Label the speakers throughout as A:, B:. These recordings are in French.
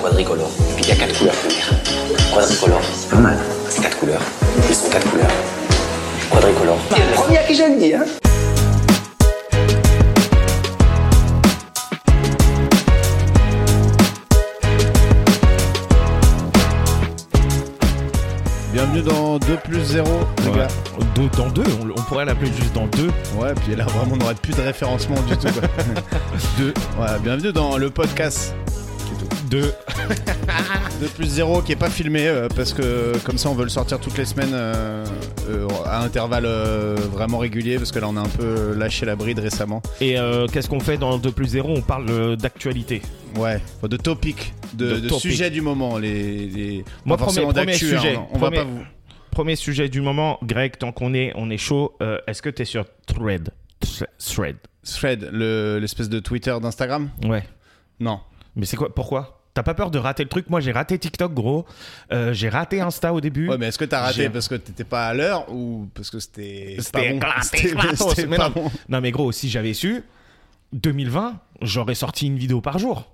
A: quadricolore. Et puis il y a quatre couleurs primaires. Quadricolore, c'est pas mal. C'est quatre couleurs. Ils sont quatre couleurs. Quadricolore. C'est le premier à qui je le dis, hein
B: Bienvenue dans 2 plus 0, les
C: Ouais.
B: gars.
C: Deux- dans deux, on, on pourrait l'appeler juste dans deux.
B: Ouais, puis là, vraiment, on n'aurait plus de référencement du tout. Quoi.
C: Deux.
B: Ouais, bienvenue dans le podcast
C: Deux.
B: 2 plus 0 qui est pas filmé euh, parce que comme ça, on veut le sortir toutes les semaines euh, euh, à intervalles euh, vraiment réguliers parce que là, on a un peu lâché la bride récemment.
C: Et euh, qu'est-ce qu'on fait dans 2 plus 0 On parle euh, d'actualité.
B: Ouais, Enfin, de topic, de,
C: De
B: de
C: topic.
B: sujet du moment. Les, les...
C: Moi,
B: pas
C: premier-
B: forcément
C: premier
B: d'actu,
C: sujet.
B: hein, on va
C: Premier-
B: pas vous.
C: Premier sujet du moment, Greg, tant qu'on est, on est chaud, euh, est-ce que t'es sur Thread Thre- Thread.
B: Thread, le- l'espèce de Twitter d'Instagram
C: Ouais.
B: Non.
C: Mais c'est quoi Pourquoi T'as pas peur de rater le truc Moi, j'ai raté TikTok, gros. Euh, j'ai raté Insta au début.
B: Ouais, mais est-ce que t'as raté
C: J'ai-
B: parce que t'étais pas à l'heure ou parce que c'était.
C: C'était
B: pas bon
C: éclaté,
B: C'était-
C: éclatos,
B: c'était
C: mais
B: pas
C: non.
B: bon.
C: Non, mais gros, si j'avais su, 2020, j'aurais sorti une vidéo par jour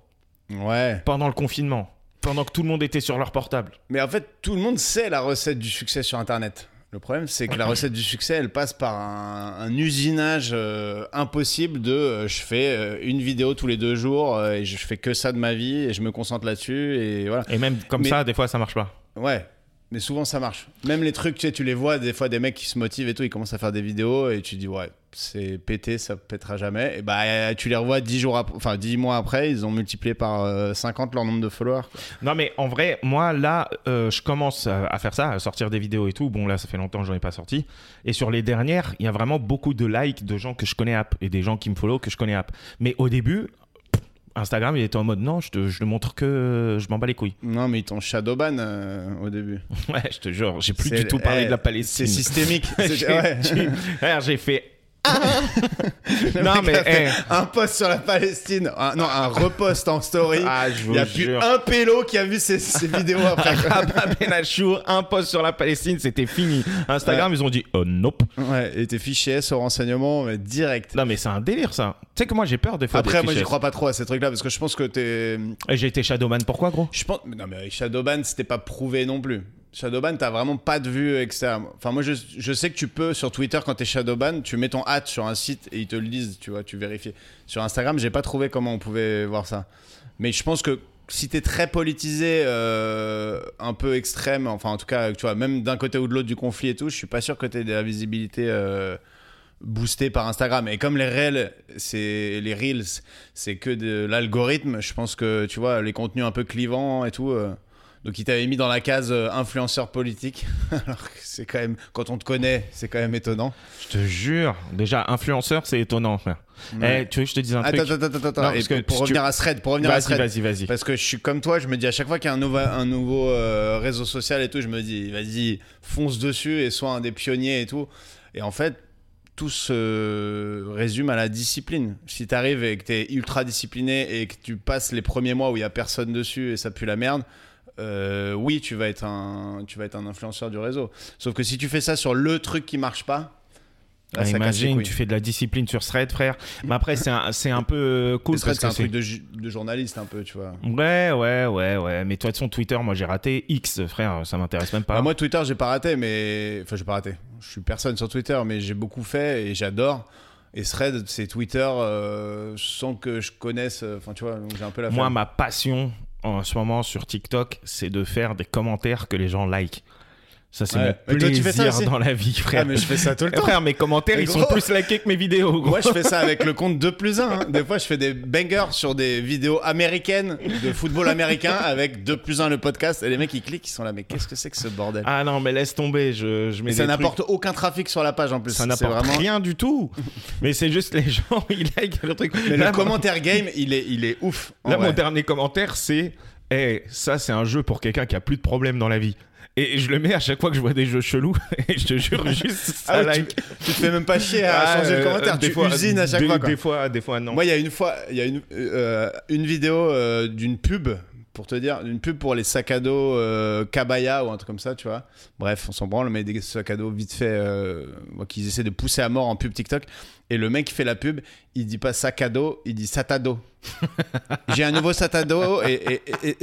B: Ouais.
C: pendant le confinement, pendant que tout le monde était sur leur portable.
B: Mais en fait, tout le monde sait la recette du succès sur Internet. Le problème, c'est que la recette du succès, elle passe par un, un usinage euh, impossible de euh, je fais euh, une vidéo tous les deux jours euh, et je fais que ça de ma vie et je me concentre là-dessus et voilà.
C: Et même comme
B: Mais-
C: ça, des fois, ça marche pas.
B: Ouais. Mais souvent, ça marche. Même les trucs, tu sais, tu les vois, des fois, des mecs qui se motivent et tout, ils commencent à faire des vidéos et tu dis, ouais, c'est pété, ça pétera jamais. Et bah, euh, tu les revois 10 jours après, enfin, 10 mois après, ils ont multiplié par euh, 50 leur nombre de followers. quoi.
C: Non mais en vrai, moi là, euh, je commence euh, à faire ça, à sortir des vidéos et tout. Bon là, ça fait longtemps que j'en ai pas sorti. Et sur les dernières, il y a vraiment beaucoup de likes de gens que je connais app et des gens qui me follow que je connais app. Mais au début, Instagram, il était en mode non, je te, je te montre que je m'en bats les couilles.
B: Non, mais ils t'ont shadowban euh, au début.
C: Ouais, je te jure, j'ai plus
B: C'est-
C: du tout parlé
B: eh,
C: de la
B: C'est
C: Palestine.
B: systémique. C'est-
C: J'ai
B: ouais.
C: dit- Ah, j'ai fait.
B: Le
C: non
B: mec
C: mais
B: a fait
C: eh.
B: un post sur la Palestine, un- non, un repost en story.
C: Ah, je
B: Il
C: vous
B: n'y a plus
C: jure.
B: un pélo qui a vu ces, ces vidéos après. quoi.
C: Rabat Ben Achour, un post sur la Palestine, c'était fini. Instagram, ils ont dit oh nope.
B: ouais, et tes fichiers au renseignement mais direct.
C: Non mais c'est un délire ça. Tu sais que moi j'ai peur des fois. des
B: Après, moi, j'y
C: fichiers.
B: crois pas trop à ces trucs-là parce que je pense que t'es.
C: Et J'ai été shadowman pourquoi gros
B: Je pense. mais Non, mais avec Shadowban, c'était pas prouvé non plus. Shadowban, t'as vraiment pas de vue externe. Enfin, moi, je, je sais que tu peux, sur Twitter, quand t'es Shadowban, tu mets ton hâte sur un site et ils te le disent, tu vois, tu vérifies. Sur Instagram, j'ai pas trouvé comment on pouvait voir ça. Mais je pense que si t'es très politisé, euh, un peu extrême, enfin, en tout cas, tu vois, même d'un côté ou de l'autre du conflit et tout, je suis pas sûr que t'aies de la visibilité. euh, boostée par Instagram et comme les reels c'est les reels c'est que de l'algorithme. Je pense que tu vois les contenus un peu clivants et tout. euh, donc il t'avait mis dans la case euh, influenceur politique. Alors que c'est quand même quand on te connaît, c'est quand même étonnant.
C: Je te jure, déjà influenceur, c'est étonnant. frère.
B: Ouais.
C: Eh, tu veux que je te dise un
B: Attends,
C: truc
B: attends, attends, attends.
C: Non,
B: Et
C: parce que
B: pour- pour
C: si tu-
B: revenir à Thread, pour revenir à
C: Vas-y,
B: Thread.
C: vas-y, vas-y.
B: Parce que je suis comme toi, je me dis à chaque fois qu'il y a un, nova- un nouveau euh, réseau social et tout, je me dis, vas-y, fonce dessus et sois un des pionniers et tout. Et en fait, tout se résume à la discipline. Si t'arrives et que t'es ultra discipliné et que tu passes les premiers mois où il y a personne dessus et ça pue la merde, euh, oui, tu vas être un, tu vas être un influenceur du réseau. Sauf que si tu fais ça sur le truc qui marche pas, là, ça
C: Ah,
B: casse les
C: imagine,
B: couilles.
C: tu fais de la discipline sur Thread, frère. Mais après, c'est un, c'est un peu euh,
B: Mais
C: cool
B: c'est
C: parce
B: presque
C: que
B: un
C: c'est.
B: truc de, ju- de journaliste un peu, tu vois.
C: Ouais, ouais, ouais, ouais. Mais toi, de son Twitter, moi, j'ai raté X, frère. Ça m'intéresse même pas.
B: Bah, moi, Twitter, j'ai pas raté, mais. Enfin, j'ai pas raté. Je suis personne sur Twitter, mais j'ai beaucoup fait et j'adore. Et Thread, c'est Twitter euh, sans que je connaisse. euh, Enfin, tu vois, donc j'ai un peu la
C: Moi,
B: flemme.
C: ma passion en ce moment sur TikTok, c'est de faire des commentaires que les gens likent. Ça, c'est
B: Ouais.
C: mon
B: Mais toi, tu fais ça
C: plaisir
B: aussi
C: dans la vie, frère.
B: Ah, mais je fais ça tout le
C: Eh,
B: temps.
C: frère, mes commentaires,
B: Mais
C: ils
B: gros.
C: sont plus likés que mes vidéos, gros.
B: Moi, je fais ça avec le compte 2 plus 1. Des fois, je fais des bangers sur des vidéos américaines de football américain avec 2 plus 1 le podcast. Et les mecs, ils cliquent, ils sont là, mais qu'est-ce que c'est que ce bordel
C: Ah non, mais laisse tomber. Je, je mets
B: Et ça
C: des trucs-
B: n'apporte aucun trafic sur la page en plus.
C: Ça
B: C'est
C: n'apporte
B: vraiment.
C: rien du tout. Mais c'est juste les gens, ils likent le truc.
B: Mais le
C: là,
B: commentaire game, il est, il est ouf. en
C: mon, là,
B: vrai.
C: mon dernier commentaire, c'est Eh, ça, c'est un jeu pour quelqu'un qui a plus de problèmes dans la vie. Et je le mets à chaque fois que je vois des jeux chelous. Et je te jure, juste ça
B: Ah ouais,
C: like.
B: Tu te fais même pas chier à changer le
C: euh,
B: commentaire.
C: des
B: tu
C: fois-
B: usines à chaque
C: des,
B: fois. quoi.
C: Des fois, des fois, non.
B: Moi, il y a une fois, il y a une, euh, une vidéo euh, d'une pub pour te dire, une pub pour les sacs à dos euh, Kabaya ou un truc comme ça, tu vois. Bref, on s'en branle, mais des sacs à dos vite fait euh, qu'ils essaient de pousser à mort en pub TikTok. Et le mec qui fait la pub, il dit pas sac à dos, il dit satado. J'ai un nouveau satado et, et, et, et,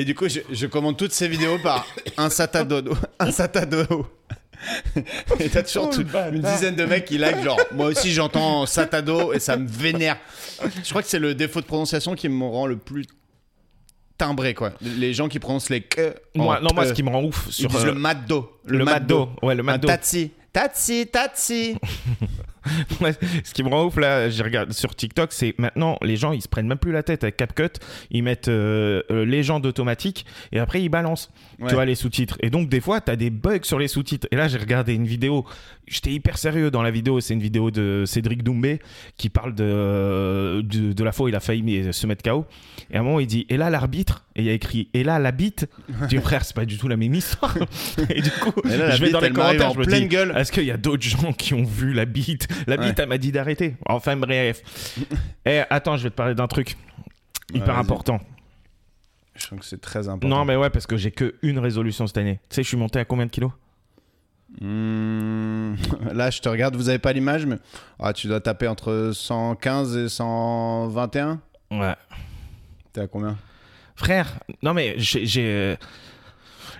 B: et du coup, je, je commande toutes ces vidéos par un satado. Un satado. et t'as toujours
D: Oh,
B: tout-
D: le bâtard.
B: une dizaine de mecs qui like genre moi aussi j'entends Satado et ça me vénère. Je crois que c'est le défaut de prononciation qui me rend le plus timbré quoi. Les gens qui prononcent les que en
C: Moi, non, moi,
B: que,
C: ce qui me rend ouf
B: Oh, ils
C: sur
B: disent
C: euh,
B: le maddo,
C: le maddo. Ouais, le
B: un
C: maddo.
B: tatsi, tatsi, tatsi.
C: Ouais, ce qui me rend ouf là, je regarde sur TikTok, c'est maintenant les gens ils se prennent même plus la tête avec CapCut, ils mettent euh, euh, légende automatique et après ils balancent,
B: Ouais.
C: tu vois les sous-titres. Et donc des fois t'as des bugs sur les sous-titres. Et là j'ai regardé une vidéo, j'étais hyper sérieux dans la vidéo, c'est une vidéo de Cédric Doumbé qui parle de, de, de la fois où il a failli mais, euh, se mettre KO. Et à un moment il dit et là l'arbitre et il y a écrit et là la bite. Je dis frère c'est pas du tout la même histoire. et du coup
B: Et là, la
C: je vais
B: bite,
C: dans les
B: elle m'arrive
C: commentaires
B: en
C: je me
B: pleine
C: dis,
B: gueule.
C: est-ce qu'il y a d'autres gens qui ont vu la bite La bite,
B: Ouais.
C: elle m'a dit d'arrêter. Enfin, bref. Eh, attends, je vais te parler d'un truc
B: Ouais,
C: hyper
B: vas-y.
C: important.
B: Je sens que c'est très important.
C: Non, mais ouais, parce que j'ai que une résolution cette année. Tu sais, je suis monté à combien de kilos
B: Hmm, là, je te regarde, vous avez pas l'image mais ah, tu dois taper entre 115 et 121.
C: Ouais.
B: T'es à combien
C: Frère, non, mais j'ai. j'ai-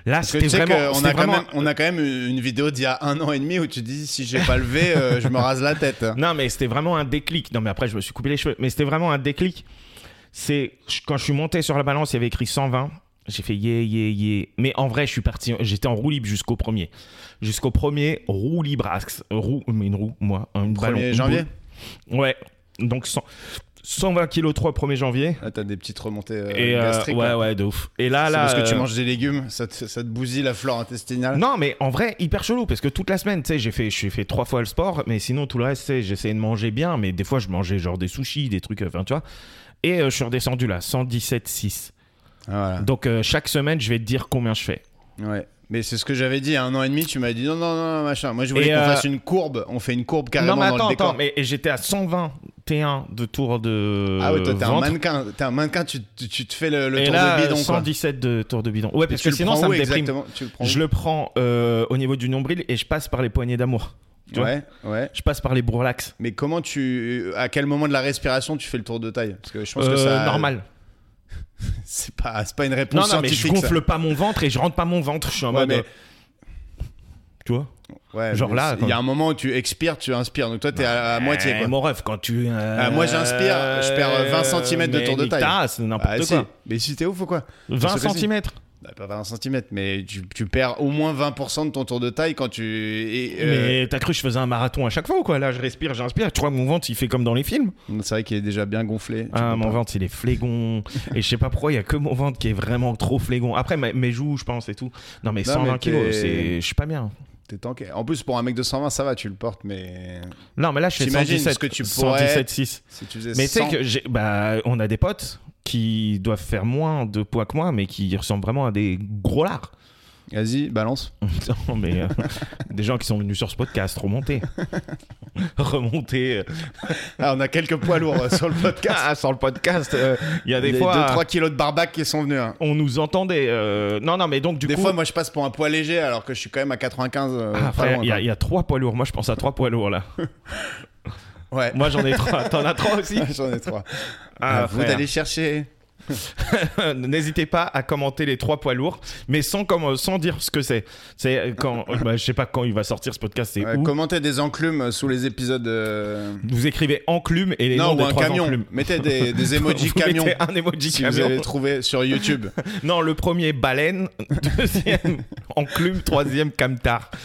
C: Là,
B: Parce que
C: c'était
B: tu sais
C: vraiment.
B: qu'on
C: c'était
B: a, quand
C: vraiment-
B: même- on a quand même une vidéo d'il y a un an et demi où tu dis si j'ai pas levé, euh, je me rase la tête.
C: Non, mais c'était vraiment un déclic. Non, mais après, je me suis coupé les cheveux. Mais c'était vraiment un déclic. C'est je- quand je suis monté sur la balance, il y avait écrit 120. J'ai fait yeah, yeah, yeah. Mais en vrai, je suis parti. J'étais en roue libre jusqu'au premier. Jusqu'au premier, roue libre. axe. Roue, mais une roue, moi. Un
B: 1er
C: ballon. une
B: janvier
C: boule. Ouais. Donc 100 120 kilos 3 1er janvier.
B: Là, Ah, t'as des petites remontées euh,
C: Et euh,
B: gastriques.
C: ouais,
B: là.
C: ouais, de ouf. Et là,
B: C'est
C: là.
B: parce que tu
C: euh,
B: manges des légumes, ça te, ça te bousille la flore intestinale.
C: Non, mais en vrai, hyper chelou, parce que toute la semaine, tu sais, j'ai fait, j'ai fait trois fois le sport, mais sinon, tout le reste, tu sais, j'essayais de manger bien, mais des fois, je mangeais genre des sushis, des trucs, enfin, tu vois. Et euh, je suis redescendu là, 117,6.
B: Ah,
C: Donc, euh, chaque semaine, je vais te dire combien je fais.
B: voilà. Ouais. Mais c'est ce que j'avais dit il y a un an et demi, tu m'as dit non, non, non, non, machin. Moi, je voulais
C: Et,
B: qu'on
C: euh,
B: fasse une courbe. On fait une courbe carrément
C: non, mais
B: dans
C: attends,
B: le décor.
C: attends, mais et j'étais à 121 de tour de.
B: Ah ouais, toi, t'es un
C: Euh, ventre.
B: mannequin. T'es un mannequin, tu, tu- tu te fais le, le
C: Et
B: tour
C: là,
B: de bidon. quoi.
C: 117 de tour de bidon. Ouais,
B: Et
C: parce
B: tu
C: que
B: le
C: sinon,
B: prends
C: ça
B: où
C: me déprime.
B: exactement Tu le prends où
C: Je le prends euh, au niveau du nombril et je passe par les poignées d'amour. tu vois.
B: Ouais, ouais.
C: Je passe par les bourlax.
B: Mais comment tu. À quel moment de la respiration tu fais le tour de taille Parce que je pense que
C: Euh,
B: ça.
C: normal.
B: C'est pas, c'est pas une réponse
C: Non, non, mais je
B: scientifique. ça.
C: gonfle pas mon ventre et je rentre pas mon ventre. Je suis en
B: Ouais,
C: mode.
B: mais-
C: euh, Tu vois
B: Ouais,
C: Genre
B: mais
C: là,
B: c'est-
C: quoi.
B: Il y a un moment où tu expires, tu inspires. Donc toi, t'es à, à moitié.
C: Eh,
B: Quoi.
C: Mon ref, quand tu. euh,
B: Ah, moi, j'inspire, je perds, euh, 20 centimètres de
C: mais
B: tour de
C: nique
B: taille.
C: ta race, n'importe
B: Ah, si.
C: quoi.
B: Mais si t'es ouf ou quoi
C: 20
B: Parce que si.
C: cm.
B: Bah, Pas 20 cm, mais tu, tu perds au moins 20% de ton tour de taille quand tu. et, euh,
C: Mais t'as cru que je faisais un marathon à chaque fois ou quoi Là, je respire, j'inspire. Tu vois, mon ventre, il fait comme dans les films.
B: C'est vrai qu'il est déjà bien gonflé. Tu
C: Ah,
B: peux
C: mon
B: pas-
C: ventre, il est flégon. et je sais pas pourquoi, il y a que mon ventre qui est vraiment trop flégon. Après, mes, mes joues, je pense, et tout. Non, mais
B: Non,
C: 120
B: mais t'es-
C: kilos, c'est- je suis pas bien.
B: T'es tanké. En plus, pour un mec de 120, ça va, tu le portes, mais.
C: Non, mais là, je fais
B: T'imagines
C: 117,
B: ce que tu pourrais-
C: 117,6.
B: Si tu faisais
C: Mais tu sais
B: 100,
C: que j'ai- bah, on a des potes qui doivent faire moins de poids que moi, mais qui ressemblent vraiment à des gros lards.
B: Vas-y, balance.
C: Non, mais euh, des gens qui sont venus sur ce podcast remonter. remonter. euh,
B: Ah, on a quelques poids lourds euh, sur le podcast.
C: Ah, sur le podcast, euh, il y a des
B: Il y a
C: fois. euh,
B: 2-3 kilos de barbac qui sont venus. hein.
C: On nous entendait. euh, Non, non, mais donc du
B: Des
C: coup.
B: fois, moi, je passe pour un poids léger alors que je suis quand même à 95. euh,
C: Ah,
B: pas
C: frère,
B: loin,
C: il y, a-
B: quoi.
C: il y a trois poids lourds. Moi, je pense à trois poids lourds là.
B: Ouais.
C: Moi, j'en ai trois. T'en as trois aussi
B: J'en ai trois.
C: Ah,
B: À vous
C: frère.
B: d'aller chercher.
C: N'hésitez pas à commenter les trois poids lourds, mais sans, comme, sans dire ce que c'est. C'est euh, quand. bah, je sais pas quand il va sortir ce podcast. C'est
B: Ouais,
C: où
B: euh, commentez des enclumes sous les épisodes. euh,
C: Vous écrivez enclume et les
B: Non,
C: noms
B: ou
C: des
B: un
C: trois
B: camion.
C: enclumes.
B: Mettez des, des emojis
C: Vous
B: camions
C: mettez un emoji
B: si vous
C: camion.
B: avez trouvé sur YouTube.
C: Non, le premier baleine, deuxième enclume, troisième camtar.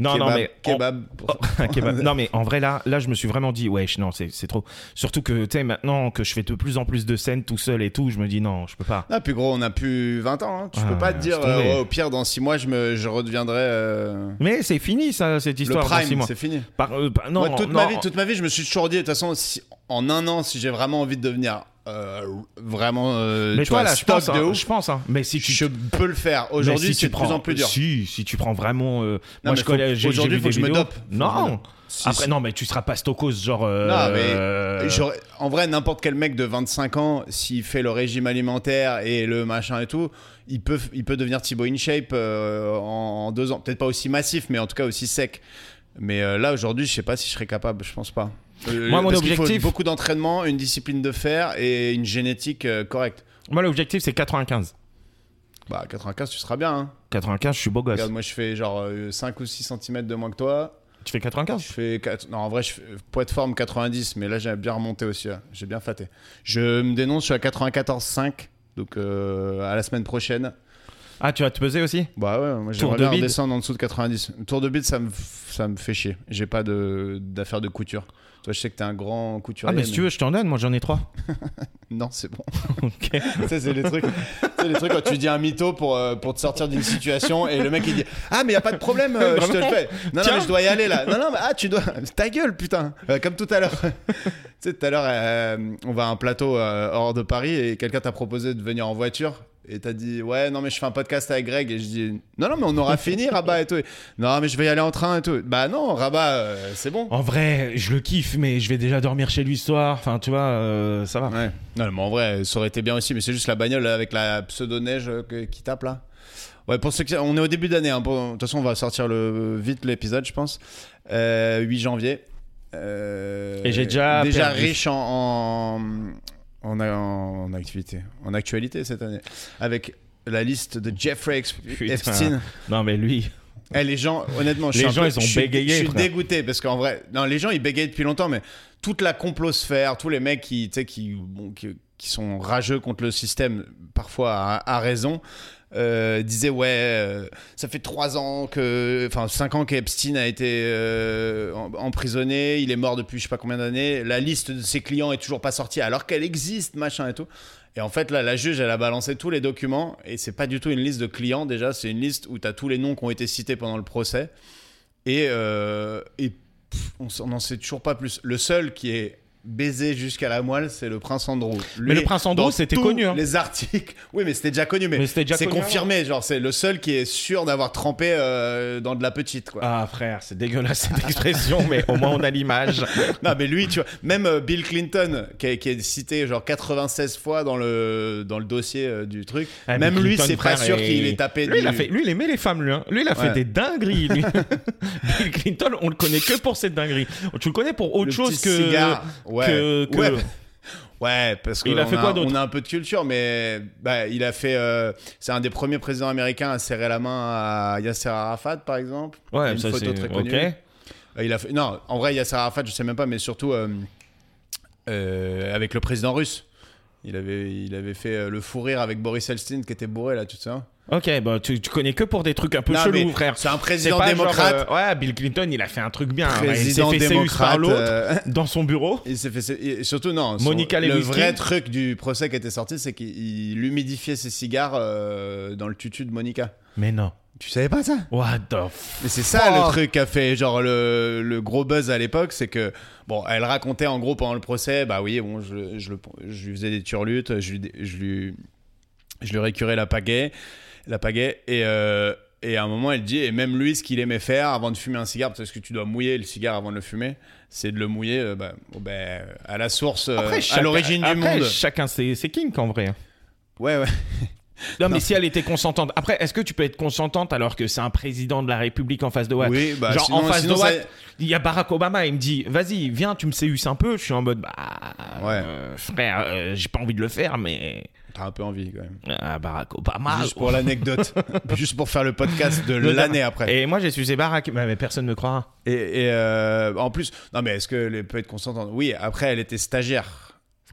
C: Non,
B: kebab,
C: non, mais en-
B: kebab.
C: Oh, un kebab. Non mais en vrai là, là je me suis vraiment dit ouais non c'est c'est trop. Surtout que tu sais maintenant que je fais de plus en plus de scènes tout seul et tout, je me dis non je peux pas.
B: Ah, puis gros, on a plus 20 ans. hein. Tu
C: Ah,
B: peux pas te
C: laisse
B: dire,
C: tomber.
B: euh, ouais, au pire, dans 6 mois, je, me, je redeviendrai. euh,
C: Mais c'est fini ça cette
B: Le
C: histoire. dans six
B: prime,
C: mois.
B: c'est fini.
C: Par- euh, par- non,
B: Moi, toute,
C: non,
B: ma vie, toute ma vie, je me suis toujours dit, de toute façon, si- en un an, si j'ai vraiment envie de devenir euh, vraiment euh,
C: mais
B: tu
C: toi
B: vois,
C: là, je
B: stock
C: pense,
B: de
C: hein,
B: ouf,
C: je pense. hein. Mais si tu
B: je peux le faire.
C: mais
B: Aujourd'hui,
C: si
B: c'est
C: tu
B: de plus en plus dur.
C: Si, si tu prends vraiment. euh, moi,
B: mais
C: je
B: faut-
C: connais. j'ai- j'ai
B: aujourd'hui,
C: vu
B: faut
C: des
B: que je me
C: vidéos.
B: dope. Faut que je me
C: Non.
B: dope. Si,
C: Après,
B: si.
C: non, mais tu seras pas stocose, genre.
B: Non, mais
C: euh,
B: J'aurais- En vrai, n'importe quel mec de 25 ans, s'il fait le régime alimentaire et le machin et tout, il peut, il peut devenir Thibaut InShape euh, en, en deux ans. Peut-être pas aussi massif, mais en tout cas aussi sec. Mais euh, là, aujourd'hui, je sais pas si je serais capable, je pense pas. Euh,
C: Moi, mon
B: parce qu'il faut
C: objectif-
B: beaucoup d'entraînement, une discipline de fer et une génétique euh, correcte.
C: Moi, l'objectif, c'est 95.
B: Bah, 95, tu seras bien. hein.
C: 95, je suis beau gosse.
B: Regarde, moi, je fais genre euh, 5 ou 6 cm de moins que toi.
C: Tu fais
B: Je
C: 95
B: fais quatre- Non, en vrai, je fais... poids de forme 90, mais là, j'ai bien remonté aussi. là. J'ai bien faté. Je me dénonce, je suis à 94,5. Donc, euh, à la semaine prochaine.
C: Ah, tu vas te peser aussi
B: Bah ouais, moi,
C: Tour
B: j'aimerais
C: de
B: bien
C: bide.
B: redescendre en dessous de 90. Tour de bide, ça me, f- ça me fait chier. J'ai pas de- d'affaire de... couture. Toi, je sais que t'es un grand couturier.
C: Ah, mais si tu veux, je t'en donne. Moi, j'en ai 3.
B: Non, c'est bon.
C: Ok.
B: Ça, c'est les trucs. c'est les trucs quand tu dis un mytho pour, euh, pour te sortir d'une situation et le mec il dit Ah, mais y a pas de problème, euh, je te le fais. Non, non,
C: Tiens.
B: mais je dois y aller là. Non, non, mais ah, tu dois. Ta gueule, putain. Euh, comme tout à l'heure. tu sais, tout à l'heure, euh, on va à un plateau euh, hors de Paris et quelqu'un t'a proposé de venir en voiture. Et t'as dit, ouais, non, mais je fais un podcast avec Greg. Et je dis, non, non, mais on aura fini, Rabat et tout. Non, mais je vais y aller en train et tout. Bah non, Rabat, euh, c'est bon.
C: En vrai, je le kiffe, mais je vais déjà dormir chez lui ce soir. Enfin, tu vois, euh, ça va.
B: Ouais. Non, mais en vrai, ça aurait été bien aussi, mais c'est juste la bagnole avec la pseudo-neige euh, que- qui tape là. Ouais, pour ceux qui... On est au début d'année, hein, pour- de toute façon, on va sortir le... vite l'épisode, je pense. Euh, 8 janvier. Euh,
C: Et j'ai déjà
B: Déjà
C: perdu.
B: riche en. En, en, en activité, en actualité cette année, avec la liste de Jeffrey Ex-
C: Putain.
B: Epstein.
C: Non, mais lui.
B: Eh, les gens, honnêtement, je
C: Les
B: suis un
C: gens,
B: peu-
C: ils ont
B: je suis-
C: bégayé,
B: Je suis
C: frère.
B: dégoûté parce qu'en vrai, non, les gens, ils bégayent depuis longtemps, mais toute la complosphère, tous les mecs qui, tu sais, qui, bon, qui, qui sont rageux contre le système, parfois à, à raison. euh, disaient ouais euh, ça fait trois ans que enfin cinq ans qu'Epstein a été euh, en- emprisonné il est mort depuis je sais pas combien d'années la liste de ses clients est toujours pas sortie alors qu'elle existe machin et tout et en fait, là, la juge, elle a balancé tous les documents et c'est pas du tout une liste de clients déjà, c'est une liste où tu as tous les noms qui ont été cités pendant le procès. Et, euh, et pff, on s- on n'en sait toujours pas plus. Le seul qui est baisé jusqu'à la moelle, c'est le prince Andrew. Lui,
C: Mais le prince Andrew,
B: dans
C: c'était
B: tous
C: connu, hein.
B: Les articles, oui, mais c'était déjà connu, mais,
C: Mais c'était déjà
B: c'est
C: connu
B: confirmé. Genre, c'est le seul qui est sûr d'avoir trempé euh, dans de la petite, quoi.
C: Ah, frère, c'est dégueulasse cette expression, mais au moins on a l'image.
B: Non, mais lui, tu vois, même euh, Bill Clinton, qui, est- qui est cité genre 96 fois dans le, dans le dossier euh, du truc,
C: Ah, mais
B: même lui,
C: Clinton,
B: c'est pas
C: frère,
B: sûr
C: est-
B: qu'il est tapé.
C: Lui, il a
B: du-
C: fait, lui, il aimait les femmes, lui. hein. Lui, il a fait
B: Ouais.
C: des dingueries. Lui. Bill Clinton, on le connaît que pour cette dinguerie. Tu le connais pour autre
B: le
C: chose
B: petit
C: que.
B: cigare. Ouais.
C: que- que-
B: Ouais. Ouais, parce qu'on
C: Il a fait quoi d'autre
B: on a un peu de culture, mais bah, il a fait. euh, c'est un des premiers présidents américains à serrer la main à Yasser Arafat, par exemple. Il y a
C: Ouais,
B: une
C: ça
B: photo
C: c'est.
B: très
C: ok.
B: connue. Euh, Il a fait... Non, en vrai, Yasser Arafat, je sais même pas, mais surtout euh, euh, avec le président russe. Il avait, il avait fait euh, le fou rire avec Boris Elstine qui était bourré là, tout ça.
C: Ok, bah tu, tu connais que pour des trucs un peu
B: Non,
C: chelous,
B: mais
C: frère.
B: C'est un
C: C'est
B: président
C: pas
B: démocrate.
C: genre, euh, ouais, Bill Clinton, il a fait un truc bien. hein.
B: président
C: il s'est fait séus par
B: démocrate.
C: l'autre
B: euh,
C: dans son bureau.
B: Il s'est fait sé- et surtout non. son-
C: Monica
B: le
C: Lewinsky.
B: vrai truc du procès qui était sorti, c'est qu'il il humidifiait ses cigares euh, dans le tutu de Monica.
C: Mais non.
B: Tu savais pas ça
C: What the f-
B: Mais c'est ça
C: Oh.
B: le truc qui a fait genre le, le gros buzz à l'époque, c'est que bon, elle racontait en gros pendant le procès, bah oui, bon, je, je, le- je lui faisais des turlutes, je lui, dé- je lui, je lui récurais la pagaie, la pagaie, et euh, et à un moment elle dit et même lui ce qu'il aimait faire avant de fumer un cigare, parce que tu dois mouiller le cigare avant de le fumer, c'est de le mouiller euh, bah, bon, ben, à la source, euh, à
C: chacun-
B: l'origine du
C: après,
B: monde.
C: Chacun ses, ses kinks en vrai. hein.
B: Ouais ouais.
C: Non, mais si elle était consentante. Après, est-ce que tu peux être consentante alors que c'est un président de la République en face de Watt
B: Oui, bah,
C: Genre en
B: sinon-
C: face
B: sinon,
C: de
B: ça-
C: Watt, il y a Barack Obama, il me dit Vas-y, viens, tu me séusses un peu. Je suis en mode Bah,
B: Ouais.
C: euh, frère, euh, j'ai pas envie de le faire, mais.
B: T'as un peu envie quand même.
C: Ah, Barack Obama.
B: Juste pour l'anecdote, juste pour faire le podcast de
C: Le-
B: l'année après.
C: Et moi, j'ai sucé Barack, mais mais personne ne me croira.
B: Et, et, euh, en plus, non mais est-ce qu'elle peut être consentante Oui, après elle était stagiaire.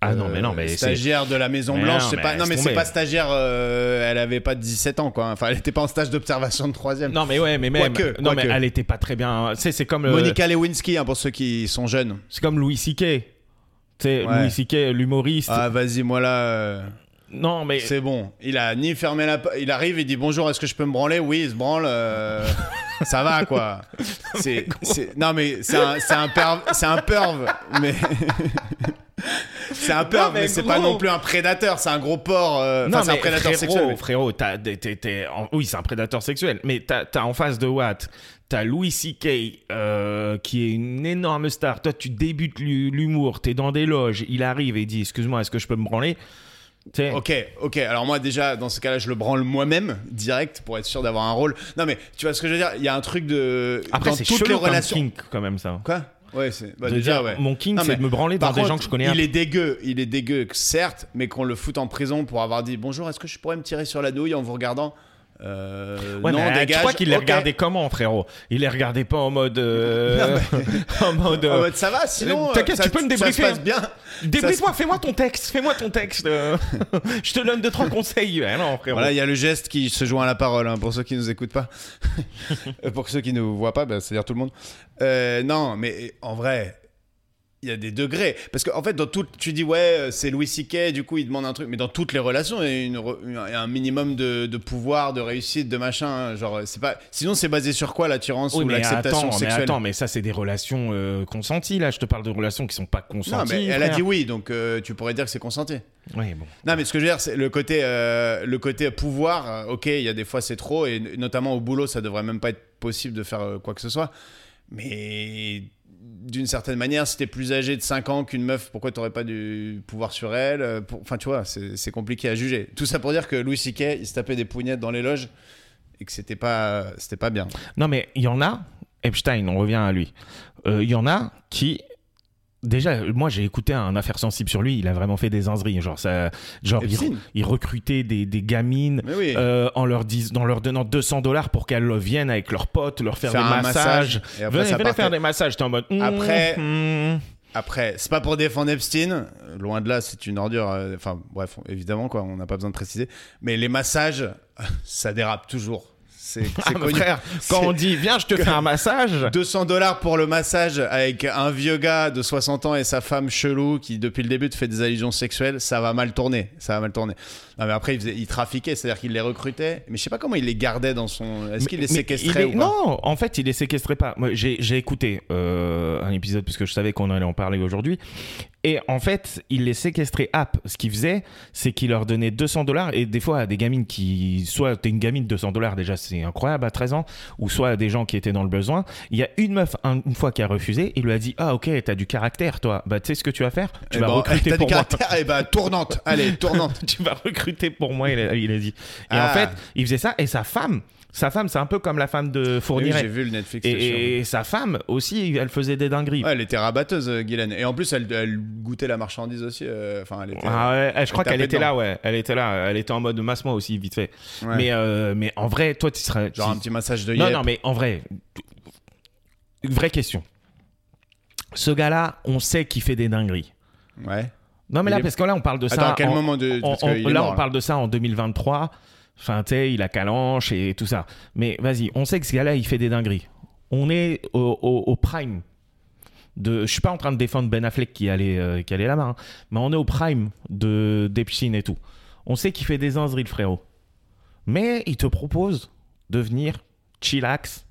C: Ah
B: Euh,
C: non, mais non, mais c'est-
B: stagiaire de la Maison
C: Mais
B: Blanche,
C: non,
B: c'est
C: mais
B: pas. Non
C: laisse
B: mais c'est
C: tomber.
B: pas stagiaire. euh, elle avait pas 17 ans quoi. Enfin, elle était pas en stage d'observation de troisième.
C: Non, mais ouais, mais même.
B: Quoique,
C: non, mais
B: quoique.
C: elle était pas très bien. Tu sais, c'est comme. euh,
B: Monica Lewinsky, hein, pour ceux qui sont jeunes.
C: C'est comme Louis C.K. Tu sais,
B: Ouais.
C: Louis C.K., l'humoriste.
B: Ah vas-y, moi là, euh,
C: non, mais.
B: c'est bon. Il a ni fermé la, po- il arrive, il dit bonjour, est-ce que je peux me branler Oui, il se branle. euh, Ça va quoi. C'est, c'est- non mais c'est un, c'est un perv, c'est un perv, mais. C'est un porc, mais,
C: mais
B: c'est
C: gros.
B: pas non plus un prédateur, c'est un gros porc. euh, Enfin, c'est un prédateur
C: frérot,
B: sexuel.
C: Frérot, t'as des- t'es- t'es en- oui, c'est un prédateur sexuel, mais t'as t'as en face de Watt, t'as Louis C.K., euh, qui est une énorme star. Toi, tu débutes l'hu- l'humour, t'es dans des loges, il arrive et dit Excuse-moi, est-ce que je peux me branler T'sais,
B: Ok, ok. Alors moi déjà, dans ce cas-là, je le branle moi-même direct pour être sûr d'avoir un rôle. Non mais tu vois ce que je veux dire Il y a un truc de
C: Après,
B: dans
C: c'est
B: toutes les
C: chelou comme
B: relations.
C: kink, quand même, ça.
B: Quoi Ouais, c'est bah,
C: De
B: déjà
C: dire,
B: ouais.
C: Mon king,
B: Non,
C: c'est
B: mais
C: de me branler dans
B: Par
C: des
B: contre,
C: gens que je connais. un
B: Il est dégueu, il est dégueu, certes, mais qu'on le foute en prison pour avoir dit bonjour. Est-ce que je pourrais me tirer sur la douille en vous regardant euh,
C: Ouais,
B: Non,
C: mais, euh,
B: dégage.
C: Tu crois qu'il les
B: Ok.
C: regardait comment, frérot Il les regardait pas en mode. euh, en mode.
B: En
C: euh,
B: mode, Ah, ça va, sinon.
C: Euh,
B: euh,
C: t'inquiète,
B: ça-
C: tu peux me
B: Ça se
C: débriefer,
B: passe
C: hein.
B: bien.
C: Débrouille-moi, fais-moi ton texte, fais-moi ton texte. euh, je te donne deux, trois conseils. Ah non, frérot.
B: Voilà, il y a le geste qui se joint à la parole, hein, pour ceux qui nous écoutent pas. Euh, pour ceux qui ne vous voient pas, bah, c'est-à-dire tout le monde. Euh, non, mais en vrai, il y a des degrés. Parce qu'en fait, dans tout, tu dis, ouais, euh, c'est Louis C.K., du coup, il demande un truc. Mais dans toutes les relations, il y a, une re- une- il y a un minimum de, de pouvoir, de réussite, de machin. hein, genre, c'est pas... Sinon, c'est basé sur quoi l'attirance
C: Oui,
B: ou
C: mais
B: l'acceptation
C: attends, mais
B: sexuelle
C: attends, mais ça, c'est des relations euh, consenties, là. Je te parle de relations qui sont pas
B: Non,
C: consenties.
B: mais elle a
C: frère.
B: dit oui, donc euh, tu pourrais dire que c'est consenti.
C: Oui, bon.
B: Non, mais ce que je veux dire, c'est le côté, euh, le côté pouvoir. euh, Ok, il y a des fois c'est trop, et n- notamment au boulot, ça devrait même pas être possible de faire euh, quoi que ce soit. Mais d'une certaine manière, si t'es plus âgé de 5 ans qu'une meuf, pourquoi t'aurais pas du pouvoir sur elle euh, pour- Enfin, tu vois, c'est c'est compliqué à juger. Tout ça pour dire que Louis C.K. il se tapait des poignettes dans les loges et que c'était pas, c'était pas bien.
C: Non, mais il y en a, Epstein, on revient à lui. Euh, Il y en a qui. Déjà, moi j'ai écouté un affaire sensible sur lui, il a vraiment fait des inseries. Genre, ça, genre il,
B: Epstein
C: il recrutait des, des gamines
B: Mais oui.
C: euh, en, leur dis, en leur donnant 200 dollars pour qu'elles viennent avec leurs potes, leur faire,
B: Faire
C: des
B: un
C: massages.
B: massage, et après,
C: venez
B: ça
C: venez
B: partait.
C: faire des massages, t'es en mode. hmm,
B: Après-
C: hmm.
B: Après, c'est pas pour défendre Epstein, euh, loin de là, c'est une ordure. euh, Enfin, bref, évidemment, quoi, on n'a pas besoin de préciser. Mais les massages, ça dérape toujours. C'est c'est
C: Ah, mon
B: connu.
C: frère, quand
B: C'est
C: on dit viens, je te fais un massage.
B: 200 dollars pour le massage avec un vieux gars de 60 ans et sa femme chelou qui, depuis le début, te fait des allusions sexuelles, ça va mal tourner. Ça va mal tourner. Non, mais après, il, faisait- il trafiquait, c'est-à-dire qu'il les recrutait. Mais je sais pas comment il les gardait dans son. Est-ce qu'il les
C: Mais- mais
B: séquestrait
C: il est-
B: ou pas
C: Non, en fait, il les séquestrait pas. Moi, j'ai j'ai écouté euh, un épisode puisque je savais qu'on allait en parler aujourd'hui. Et en fait, il les séquestrait app. Ce qu'il faisait, c'est qu'il leur donnait 200 dollars. Et des fois, à des gamines qui. Soit t'es une gamine de 200 dollars, déjà, c'est incroyable à 13 ans. Ou soit à des gens qui étaient dans le besoin. Il y a une meuf, un- une fois, qui a refusé. Il lui a dit Ah, ok, t'as du caractère, toi. Bah, tu sais ce que tu vas faire
B: Eh
C: Tu vas
B: ben,
C: recruter
B: t'as du
C: pour moi.
B: caractère, eh ben, tournante. Allez, tournante.
C: tu vas recruter pour moi, il a, il a dit. Et
B: Ah.
C: en fait, il faisait ça. Et sa femme, sa femme, c'est un peu comme la femme de
B: Eh Oui, J'ai
C: Fourniret.
B: vu le Netflix.
C: Et,
B: c'est chiant.
C: et sa femme aussi, elle faisait des dingueries.
B: Ouais, elle était rabatteuse, euh, Guylaine. Et en plus, elle, elle goûtait la marchandise aussi. euh, Enfin, elle était.
C: Ah ouais, je crois
B: tapait
C: qu'elle était
B: dedans.
C: là, ouais. Elle était là. Elle était en mode masse-moi aussi, vite fait.
B: Ouais.
C: Mais, euh, mais en vrai, toi, tu serais.
B: Genre
C: tu-
B: un petit massage de
C: Non,
B: yep.
C: non, mais en vrai. Une vraie question. Ce gars-là, on sait qu'il fait des dingueries.
B: Ouais.
C: Non, mais
B: Il
C: là,
B: est-
C: parce que là, on parle de ça.
B: Attends, à quel
C: en-
B: moment de.
C: On-
B: Parce
C: on-
B: qu'il est
C: là,
B: mort, hein.
C: on parle de ça en 2023. Enfin, tu sais, il a calanche et tout ça. Mais vas-y, on sait que ce gars-là, il fait des dingueries. On est au, au- au prime. De, je suis pas en train de défendre Ben Affleck qui allait, euh, qui allait là-bas, hein. mais on est au prime de d'Epstein et tout. On sait qu'il fait des dingueries, le frérot. Mais il te propose de venir chillax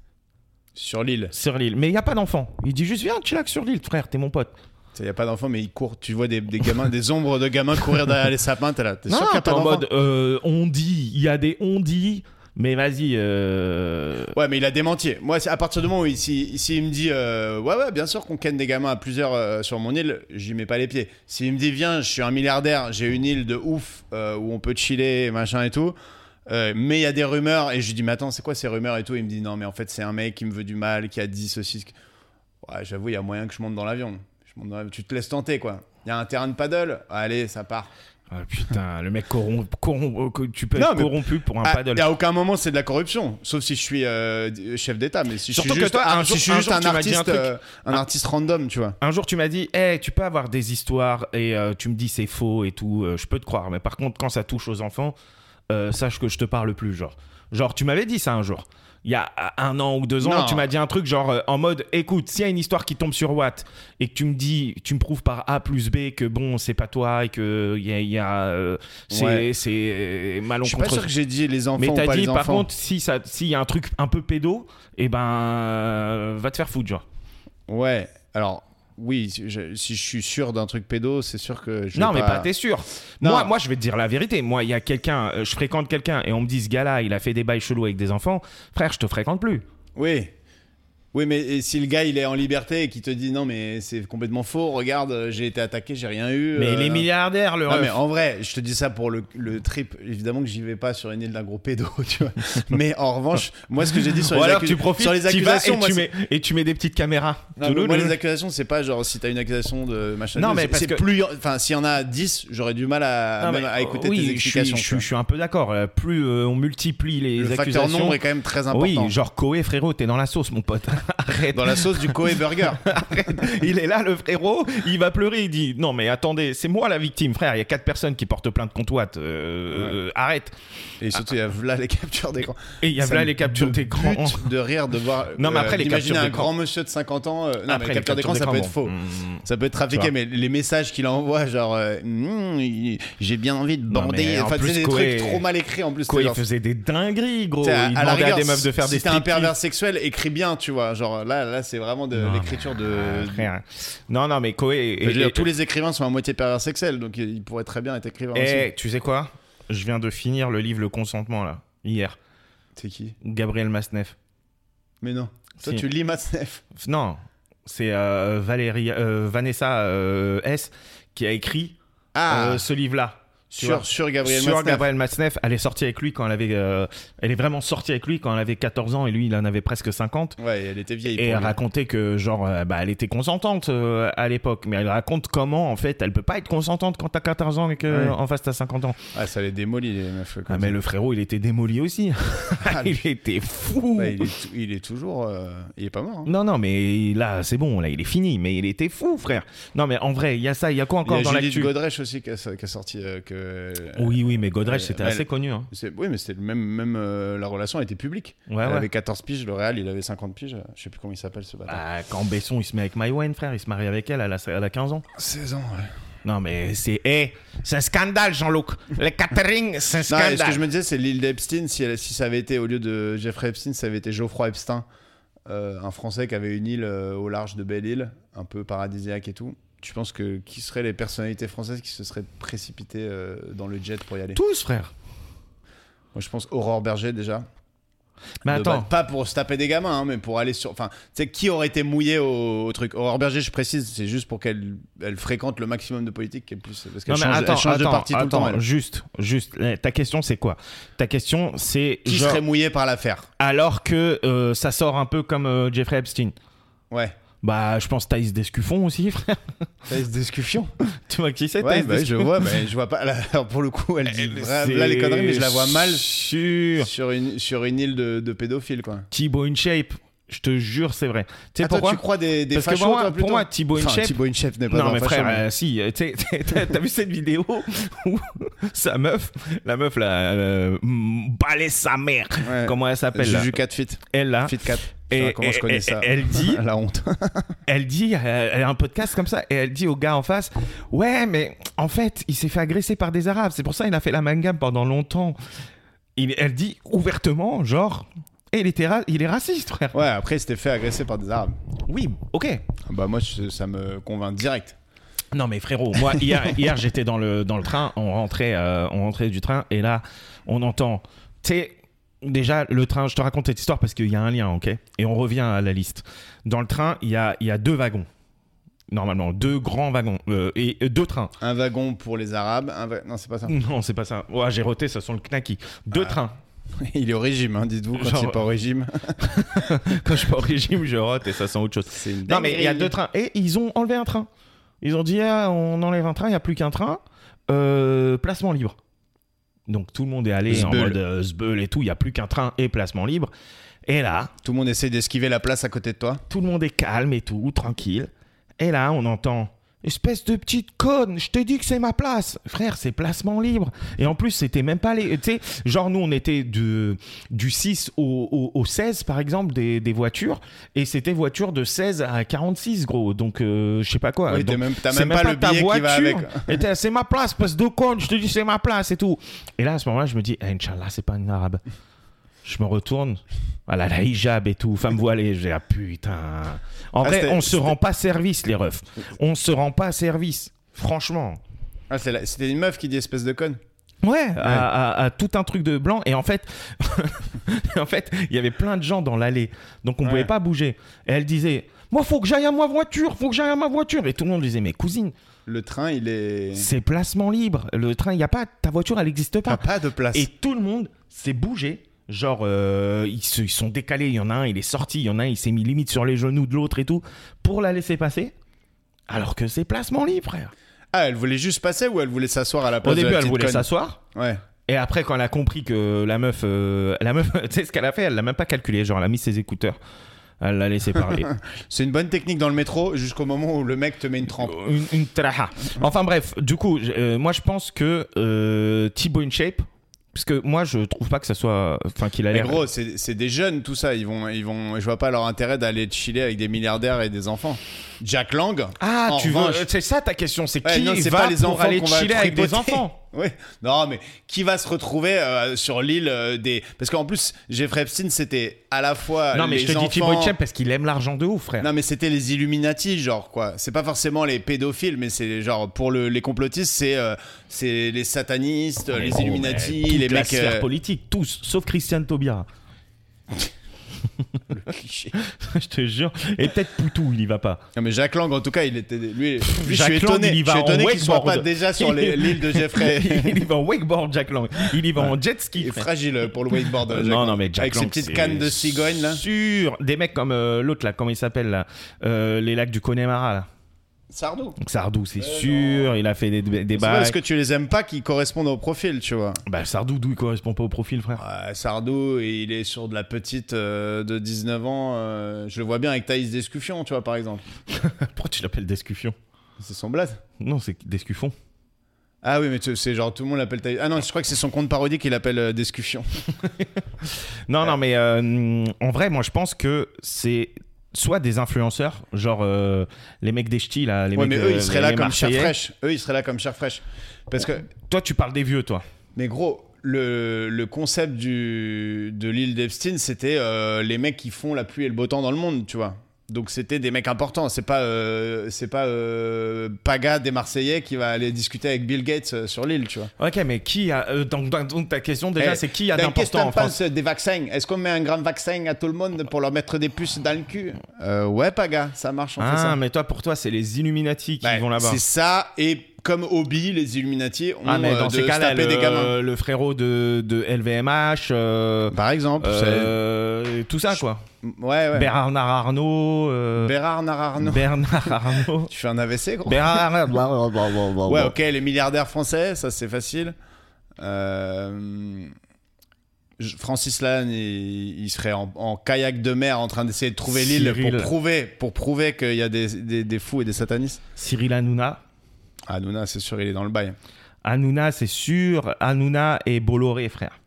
B: Sur l'île.
C: sur l'île. Mais il n'y a pas d'enfant. Il dit juste viens chillax sur l'île, frère, t'es mon pote.
B: Il n'y a pas d'enfant, mais ils courent. Tu vois des, des gamins, des ombres de gamins courir derrière les sapins. T'es là. T'es
C: Non,
B: sûr qu'il y a
C: t'es
B: pas
C: en
B: d'enfant
C: mode euh, on dit, il y a des on dit, mais vas-y. euh,
B: Ouais, mais il a démenti. Moi, c'est à partir du moment où il, si- si il me dit euh, Ouais, ouais, bien sûr qu'on ken des gamins à plusieurs euh, sur mon île, j'y mets pas les pieds. S'il me dit Viens, je suis un milliardaire, j'ai une île de ouf euh, où on peut chiller, machin et tout. euh, mais il y a des rumeurs et je lui dis Mais attends, c'est quoi ces rumeurs et tout Il me dit Non, mais en fait, c'est un mec qui me veut du mal, qui a dit ceci. ce- Ouais, j'avoue, il y a moyen que je monte dans l'avion. Je monte dans l'avion. Tu te laisses tenter, quoi. Il y a un terrain de paddle Allez, ça part.
C: Ah, putain, le mec corrompu, tu peux
B: Non,
C: être
B: mais-
C: corrompu pour un
B: Ah,
C: paddle.
B: et à aucun moment c'est de la corruption, sauf si je suis euh, d- chef d'État, mais si
C: Surtout
B: je suis
C: que
B: juste
C: toi, un
B: ah, si
C: jour-
B: je suis
C: un
B: juste
C: jour, tu m'as dit
B: artiste,
C: un truc.
B: euh, un
C: Ah.
B: artiste random, tu vois.
C: Un jour, tu m'as dit, Eh, tu peux avoir des histoires et euh, tu me dis c'est faux et tout, euh, je peux te croire. Mais par contre, quand ça touche aux enfants, euh, sache que je te parle plus, genre. Genre, tu m'avais dit ça un jour. Il y a euh, un an ou deux ans,
B: Non.
C: tu m'as dit un truc genre euh, en mode, écoute, s'il y a une histoire qui tombe sur Watt et que tu me dis, tu me prouves par A plus B que bon, c'est pas toi et que il y a, il y a, euh, c'est
B: Ouais.
C: c'est
B: Je suis pas sûr
C: malencontreux.
B: que j'ai dit les enfants
C: Mais
B: ou
C: t'as
B: pas
C: dit,
B: les
C: par
B: enfants.
C: contre, si ça, s'il y a un eh truc un peu pédo, et ben, euh, va te faire foutre, genre.
B: Ouais. Alors oui, si je, si je suis sûr d'un truc pédo, c'est sûr que je. vais
C: Non, mais pas, t'es sûr.
B: Non.
C: Moi, moi, je vais te dire la vérité. Moi, il y a quelqu'un, euh, je fréquente quelqu'un et on me dit ce gars-là, il a fait des bails chelous avec des enfants. Frère, je te fréquente plus.
B: Euh, Oui. Oui, mais et si le gars il est en liberté et qu'il te dit non, mais c'est complètement faux, regarde, euh, j'ai été attaqué, j'ai rien eu.
C: Mais
B: euh,
C: il est milliardaire, le
B: Non, mais
C: ref.
B: en vrai, je te dis ça pour le, le trip. Évidemment que j'y vais pas sur une île d'un gros pédo, tu vois. mais en revanche, moi ce que j'ai dit sur,
C: Ou
B: les,
C: alors
B: accu-
C: tu profites,
B: sur les
C: t'y vas
B: accusations,
C: et,
B: moi,
C: tu
B: c'est-
C: mets, et tu mets des petites caméras.
B: Non, mais
C: Touloulou.
B: moi, les accusations, c'est pas genre si t'as une accusation de machin.
C: Non,
B: de-
C: mais
B: c'est-
C: parce
B: c'est
C: que-
B: plus. Enfin, s'il y en a 10, j'aurais du mal à,
C: Non,
B: même
C: mais,
B: à écouter
C: oui,
B: tes explications.
C: Je suis, je
B: tu
C: suis- je suis un peu d'accord. Euh, Plus euh, on multiplie les
B: vois. le facteur
C: accusations.
B: nombre est quand même très important.
C: oui, genre Coé, frérot, t'es dans la sauce, mon pote. Arrête.
B: Dans la sauce du Koei Burger.
C: Il est là, le frérot, il va pleurer, il dit Non, mais attendez, c'est moi la victime, frère. Il y a quatre personnes qui portent plainte contre Watt. Euh, euh, arrête.
B: Et surtout, il y a là les captures d'écran.
C: Et il y a
B: Ça
C: là
B: me
C: les captures
B: bute
C: d'écran.
B: de rire de voir.
C: Non, mais
B: euh,
C: après, les
B: d'imaginer
C: captures
B: un
C: d'écran.
B: grand monsieur de 50 ans. euh, non, mais les captures
C: capture
B: d'écran, ça peut être faux.
C: bon. Mm.
B: Ça peut être trafiqué,
C: Tu vois.
B: mais les messages qu'il envoie, genre, euh, Mm, il- j'ai bien envie de
C: Non,
B: bander.
C: mais en
B: Enfin, tu sais,
C: plus,
B: des
C: Koei-
B: trucs trop mal écrits en plus.
C: Quoi,
B: c'est
C: il
B: genre-
C: faisait des dingueries, gros.
B: T'sais,
C: Il
B: à- à la
C: demandait à
B: rigueur,
C: des meufs de faire
B: si
C: des
B: t'es un
C: striptease.
B: pervers sexuel, écris bien, tu vois. Genre là, là, c'est vraiment de
C: Non,
B: l'écriture de.
C: Euh, rien. Non, non, mais Koé.
B: Je veux dire, tous les écrivains sont à moitié pervers sexuels, donc ils pourraient très bien être écrivains aussi.
C: eh, tu sais quoi Je viens de finir le livre Le consentement, là, hier.
B: C'est qui
C: Gabriel Masneff.
B: Mais non. Toi,
C: Si. Euh,
B: tu lis Matzneff.
C: F- Non, c'est euh, Valérie, euh, Vanessa euh, S. qui a écrit
B: Ah
C: euh, ce livre-là. tu vois.
B: sur, sur Gabriel
C: sur
B: Matzneff.
C: Gabriel Matzneff, elle est sortie avec lui quand elle avait. euh, elle est vraiment sortie avec lui quand elle avait 14 ans et lui, il en avait presque 50.
B: Ouais, elle était vieille.
C: Et
B: pour
C: elle
B: lui.
C: racontait que, genre, euh, bah, elle était consentante euh, à l'époque, mais elle raconte comment, en fait, elle peut pas être consentante quand t'as 14 ans et que,
B: Ouais.
C: en face, t'as 50 ans.
B: Ah, ça les démolit, les meufs. comme
C: Ah,
B: ça.
C: mais le frérot, il était démoli aussi.
B: Ah, lui.
C: il était fou.
B: Ouais, il, est tou- il est toujours. euh, Il est pas mort. hein.
C: Non, non, mais là, c'est bon, là, il est fini, mais il était fou, frère. Non, mais en vrai, il y a ça, il y a quoi
B: Il
C: encore
B: y
C: dans
B: a Judith
C: l'actu
B: Godrèche aussi qui a, qui a sorti. euh, que...
C: Oui, oui, mais Godrej,
B: Euh,
C: c'était
B: elle-
C: assez connu. hein.
B: C'est- Oui, mais c'était le même. même euh, la relation était publique.
C: Ouais,
B: elle
C: ouais.
B: avait 14 piges, le Real, il avait 50 piges. Je sais plus comment il s'appelle ce bâtard.
C: Bah, quand Besson, il se met avec Maïwen, frère, il se marie avec elle, elle a, elle a 15 Ah, ans.
B: 16 ans, ouais.
C: Non, mais c'est. eh, c'est un scandale, Jean-Luc. Le catering, c'est
B: Non,
C: un
B: et
C: scandale.
B: ce que je me disais, c'est l'île d'Epstein. Si, elle- si ça avait été, au lieu de Jeffrey Epstein, ça avait été Geoffroy Epstein, euh, un Français qui avait une île euh, au large de Belle-Île, un peu paradisiaque et tout. Tu penses que qui seraient les personnalités françaises qui se seraient précipitées euh, dans le jet pour y aller
C: Tous, frère.
B: Moi, je pense Aurore Berger déjà.
C: Mais
B: De
C: attends.
B: base, pas pour se taper des gamins, hein, mais pour aller sur. Enfin, tu sais, qui aurait été mouillé au, au truc Aurore Berger, je précise, c'est juste pour qu'elle elle fréquente le maximum de politique qu'elle puisse. Parce qu'elle
C: Non, mais
B: change, elle
C: attends,
B: change de
C: attends,
B: parti tout le temps.
C: attends,
B: elle.
C: juste, juste. eh, Ta question, c'est quoi Ta question, c'est.
B: Qui
C: genre,
B: serait mouillé par l'affaire
C: Alors que euh, ça sort un peu comme euh, Jeffrey Epstein.
B: Ouais.
C: Bah, je pense Thaïs Descuffon aussi, frère.
B: Thèse discussion.
C: tu vois qui c'est,
B: Ouais,
C: Thaïs
B: bah oui, je
C: Descuffon
B: vois, mais je vois pas. Là, alors, pour le coup, elle dit
C: Eh,
B: vra-
C: c'est
B: là les conneries, mais je la vois mal
C: Sûr.
B: sur une, sur une île de, de pédophiles, quoi.
C: Thibaut InShape, je te jure, c'est vrai. Tu sais
B: Ah, toi,
C: pourquoi
B: tu crois des, des
C: Parce que
B: fachos,
C: pour moi-
B: toi,
C: pour
B: plutôt
C: moi, Thibaut
B: Enfin,
C: Inchep-
B: Thibaut Inchep n'est pas
C: Non
B: un
C: mais
B: facho,
C: frère,
B: mais-
C: euh, si, euh, t'sais, t'sais, t'as t'as vu cette vidéo où sa meuf, la meuf là, euh, mm, balai sa mère,
B: Ouais.
C: comment elle s'appelle là
B: Juju 4 fit.
C: Elle là,
B: Fit 4.
C: et-
B: comment je
C: et-
B: connais
C: et-
B: ça
C: elle dit-
B: La honte.
C: elle dit, euh, elle a un podcast comme ça, et elle dit au gars en face, ouais mais en fait il s'est fait agresser par des arabes, c'est pour ça il a fait la mangam pendant longtemps. Il- elle dit ouvertement genre, Eh, il, était ra- il est raciste frère.
B: Ouais, après, il s'était fait agresser par des arabes.
C: Oui, ok,
B: Bah, moi, je- ça me convainc direct.
C: Non mais frérot, moi hier, hier j'étais dans le, dans le train, on rentrait, euh, on rentrait du train et là on entend, tu sais, déjà le train, je te raconte cette histoire parce qu'il y a un lien, ok Et on revient à la liste. Dans le train, il y a, il y a deux wagons, normalement, deux grands wagons, euh, et euh, deux trains.
B: Un wagon pour les arabes. Un va- Non, c'est pas ça.
C: Non, c'est pas ça. Ouais, j'ai roté, ça sent le knacky. Deux trains.
B: Il est au régime, hein, dites-vous, quand
C: Genre-
B: il est pas au régime.
C: Quand je suis au régime, je rote et ça sent autre chose.
B: C'est une
C: Non, mais il y a
B: dinguerie.
C: deux trains. Et ils ont enlevé un train. Ils ont dit, ah, on enlève un train, il n'y a plus qu'un train. Euh, placement libre. Donc tout le monde est allé
B: Zbeul.
C: en mode euh, zbeul et tout, il n'y a plus qu'un train et placement libre. Et là,
B: Tout le monde essaie d'esquiver la place à côté de toi.
C: tout le monde est calme et tout, tranquille. Et là, on entend espèce de petite conne, je t'ai dit que c'est ma place. Frère, c'est placement libre. Et en plus, c'était même pas les. Tu sais, genre, nous, on était de, du 6 au, au- au 16, par exemple, des, des voitures. Et c'était voiture de 16 à 46, gros. Donc, euh, je sais pas quoi.
B: Oui,
C: Donc,
B: t'es même- t'as
C: c'est
B: même pas le
C: ta
B: billet qui va avec.
C: Et t'es, c'est ma place, espèce de conne, je te dis, c'est ma place et tout. Et là, à ce moment-là, je me dis, eh, Inch'Allah, c'est pas une arabe. Je me retourne. Voilà, la hijab et tout, femme voilée. J'ai ah putain. En
B: Ah,
C: vrai,
B: c'était-
C: on se
B: c'était-
C: rend pas service, les refs. On se rend pas service. Franchement.
B: Ah, c'est la- c'était une meuf qui dit espèce de conne.
C: Ouais, à, à- à tout un truc de blanc. Et en fait, en fait, il y avait plein de gens dans l'allée, donc on
B: Ouais.
C: pouvait pas bouger. Et elle disait, moi, faut que j'aille à ma voiture, faut que j'aille à ma voiture. Et tout le monde disait, mais cousine,
B: Le train, il est.
C: c'est placement libre. Le train, il y a pas, ta voiture, elle n'existe
B: T'as
C: pas.
B: pas de place.
C: Et tout le monde s'est bougé. Genre, euh, ils se ils sont décalés. Il y en a un, il est sorti. Il y en a un, il s'est mis limite sur les genoux de l'autre et tout pour la laisser passer. Alors que c'est placement libre, frère.
B: Ah, elle voulait juste passer ou elle voulait s'asseoir à la place
C: Au
B: de
C: début,
B: la
C: elle
B: petite
C: voulait
B: conne
C: s'asseoir.
B: Ouais.
C: Et après, quand elle a compris que la meuf, euh, la meuf, tu sais ce qu'elle a fait, elle l'a même pas calculé. Genre, elle a mis ses écouteurs, elle l'a laissé parler.
B: C'est une bonne technique dans le métro jusqu'au moment où le mec te met une trempe.
C: une, une traha. Enfin bref, du coup, j- euh, moi je pense que euh, Thibaut InShape, parce que moi je trouve pas que ça soit, enfin qu'il a
B: Mais
C: l'air.
B: gros, c'est c'est des jeunes, tout ça. Ils vont, ils vont. Je vois pas leur intérêt d'aller chiller avec des milliardaires et des enfants. Jack Lang.
C: Ah,
B: en
C: tu
B: revanche-
C: veux, c'est ça ta question, c'est
B: Ouais,
C: qui
B: non, c'est
C: va
B: pas les
C: pour
B: enfants
C: aller
B: qu'on va
C: chiller avec des
B: tripoter.
C: enfants
B: Oui, non, mais qui va se retrouver euh, sur l'île euh, des. Parce qu'en plus, Jeffrey Epstein, c'était à la fois.
C: Non mais
B: Ah, les
C: je te
B: enfants...
C: dis Thibaut InShape parce qu'il aime l'argent de ouf, frère.
B: Non, mais c'était les Illuminati, genre quoi. C'est pas forcément les pédophiles, mais c'est genre pour le- les complotistes, c'est euh, c'est les satanistes,
C: Oh, Mais
B: les
C: gros,
B: Illuminati,
C: mais toute
B: les
C: la
B: mecs.
C: sphère
B: euh,
C: politique, tous, sauf Christiane Taubira.
B: le cliché.
C: je te jure. Et peut-être Poutou, il y va pas.
B: Non, mais Jacques Lang, en tout cas, il était. Lui, lui, je
C: Jack
B: suis
C: Lang,
B: étonné,
C: il y
B: je
C: va
B: suis
C: en
B: étonné qu'il soit
C: wakeboard.
B: pas déjà sur les- l'île de Jeffrey.
C: il y va en wakeboard, Jack Lang. Il y va en jet ski.
B: Il est
C: frère.
B: fragile pour le wakeboard. Jack
C: Euh, non,
B: euh, Lang.
C: non, mais Jack
B: Avec
C: Lang,
B: ses petites
C: c'est
B: cannes de cigogne, là.
C: Sûr. Des mecs comme euh, l'autre, là, comment il s'appelle, là Euh, Les lacs du Connemara, là.
B: Sardou.
C: Sardou, c'est sûr. Il a fait des, des des
B: Euh, C'est pas
C: bails.
B: parce que tu les aimes pas qu'ils correspondent au profil, tu vois.
C: Bah, Sardou, d'où il correspond pas au profil, frère
B: Ouais, Sardou, il est sur de la petite euh, de 19 ans. euh, je le vois bien avec Thaïs Descuffion, tu vois, par exemple.
C: Pourquoi tu l'appelles Descuffion
B: C'est son blaze.
C: Non, c'est Descuffon.
B: Ah oui, mais tu- c'est genre tout le monde l'appelle Thaïs. Ah non, je crois que c'est son compte parodique qu'il appelle euh, Descuffion.
C: Non, non, mais euh, en vrai, moi, je pense que c'est soit des influenceurs, genre euh, les mecs des ch'tis, là. Les
B: ouais, mais
C: mecs,
B: eux,
C: euh,
B: ils seraient
C: les-
B: là
C: les
B: comme chair
C: Marseillais.
B: fraîche. Eux, ils seraient là comme chair fraîche. Parce que,
C: Toi, tu parles des vieux, toi.
B: mais gros, le, le concept du, de l'île d'Epstein, c'était euh, les mecs qui font la pluie et le beau temps dans le monde, tu vois. Donc c'était des mecs importants. C'est pas, euh, c'est pas euh, Paga des Marseillais qui va aller discuter avec Bill Gates euh, sur l'île, tu vois.
C: Ok, mais qui a. euh, donc, donc, ta question, déjà,
B: Eh,
C: c'est qui a
B: D'un
C: d'important en France
B: des vaccins Est-ce qu'on met un grand vaccin à tout le monde pour leur mettre des puces dans le cul euh, Ouais, Paga, ça marche, on fait
C: Ah,
B: ça.
C: mais toi, pour toi, c'est les Illuminati qui
B: Bah,
C: vont là-bas.
B: C'est ça, et comme hobby, les Illuminati ont
C: Ah, mais
B: euh,
C: dans
B: de
C: ces
B: se
C: cas-là,
B: taper
C: le,
B: des gamins.
C: le frérot de, de LVMH, euh,
B: Par exemple,
C: euh, tout ça, quoi.
B: c'est- Bah, ouais, ouais.
C: Bernard Arnault, euh,
B: Bérard Nararno.
C: Bernard Arnault.
B: Tu fais un AVC, gros
C: Bernard Arnault.
B: Ben, Ouais, ok, les milliardaires français, ça c'est facile. Euh, je- Francis Lannes, il, il serait en, en kayak de mer en train d'essayer de trouver l'île
C: Cyril.
B: pour prouver, pour prouver qu'il y a des, des- des fous et des satanistes.
C: Cyril Hanouna.
B: Hanouna, c'est sûr, il est dans le bail.
C: Hanouna, c'est sûr. Hanouna et Bolloré, frère.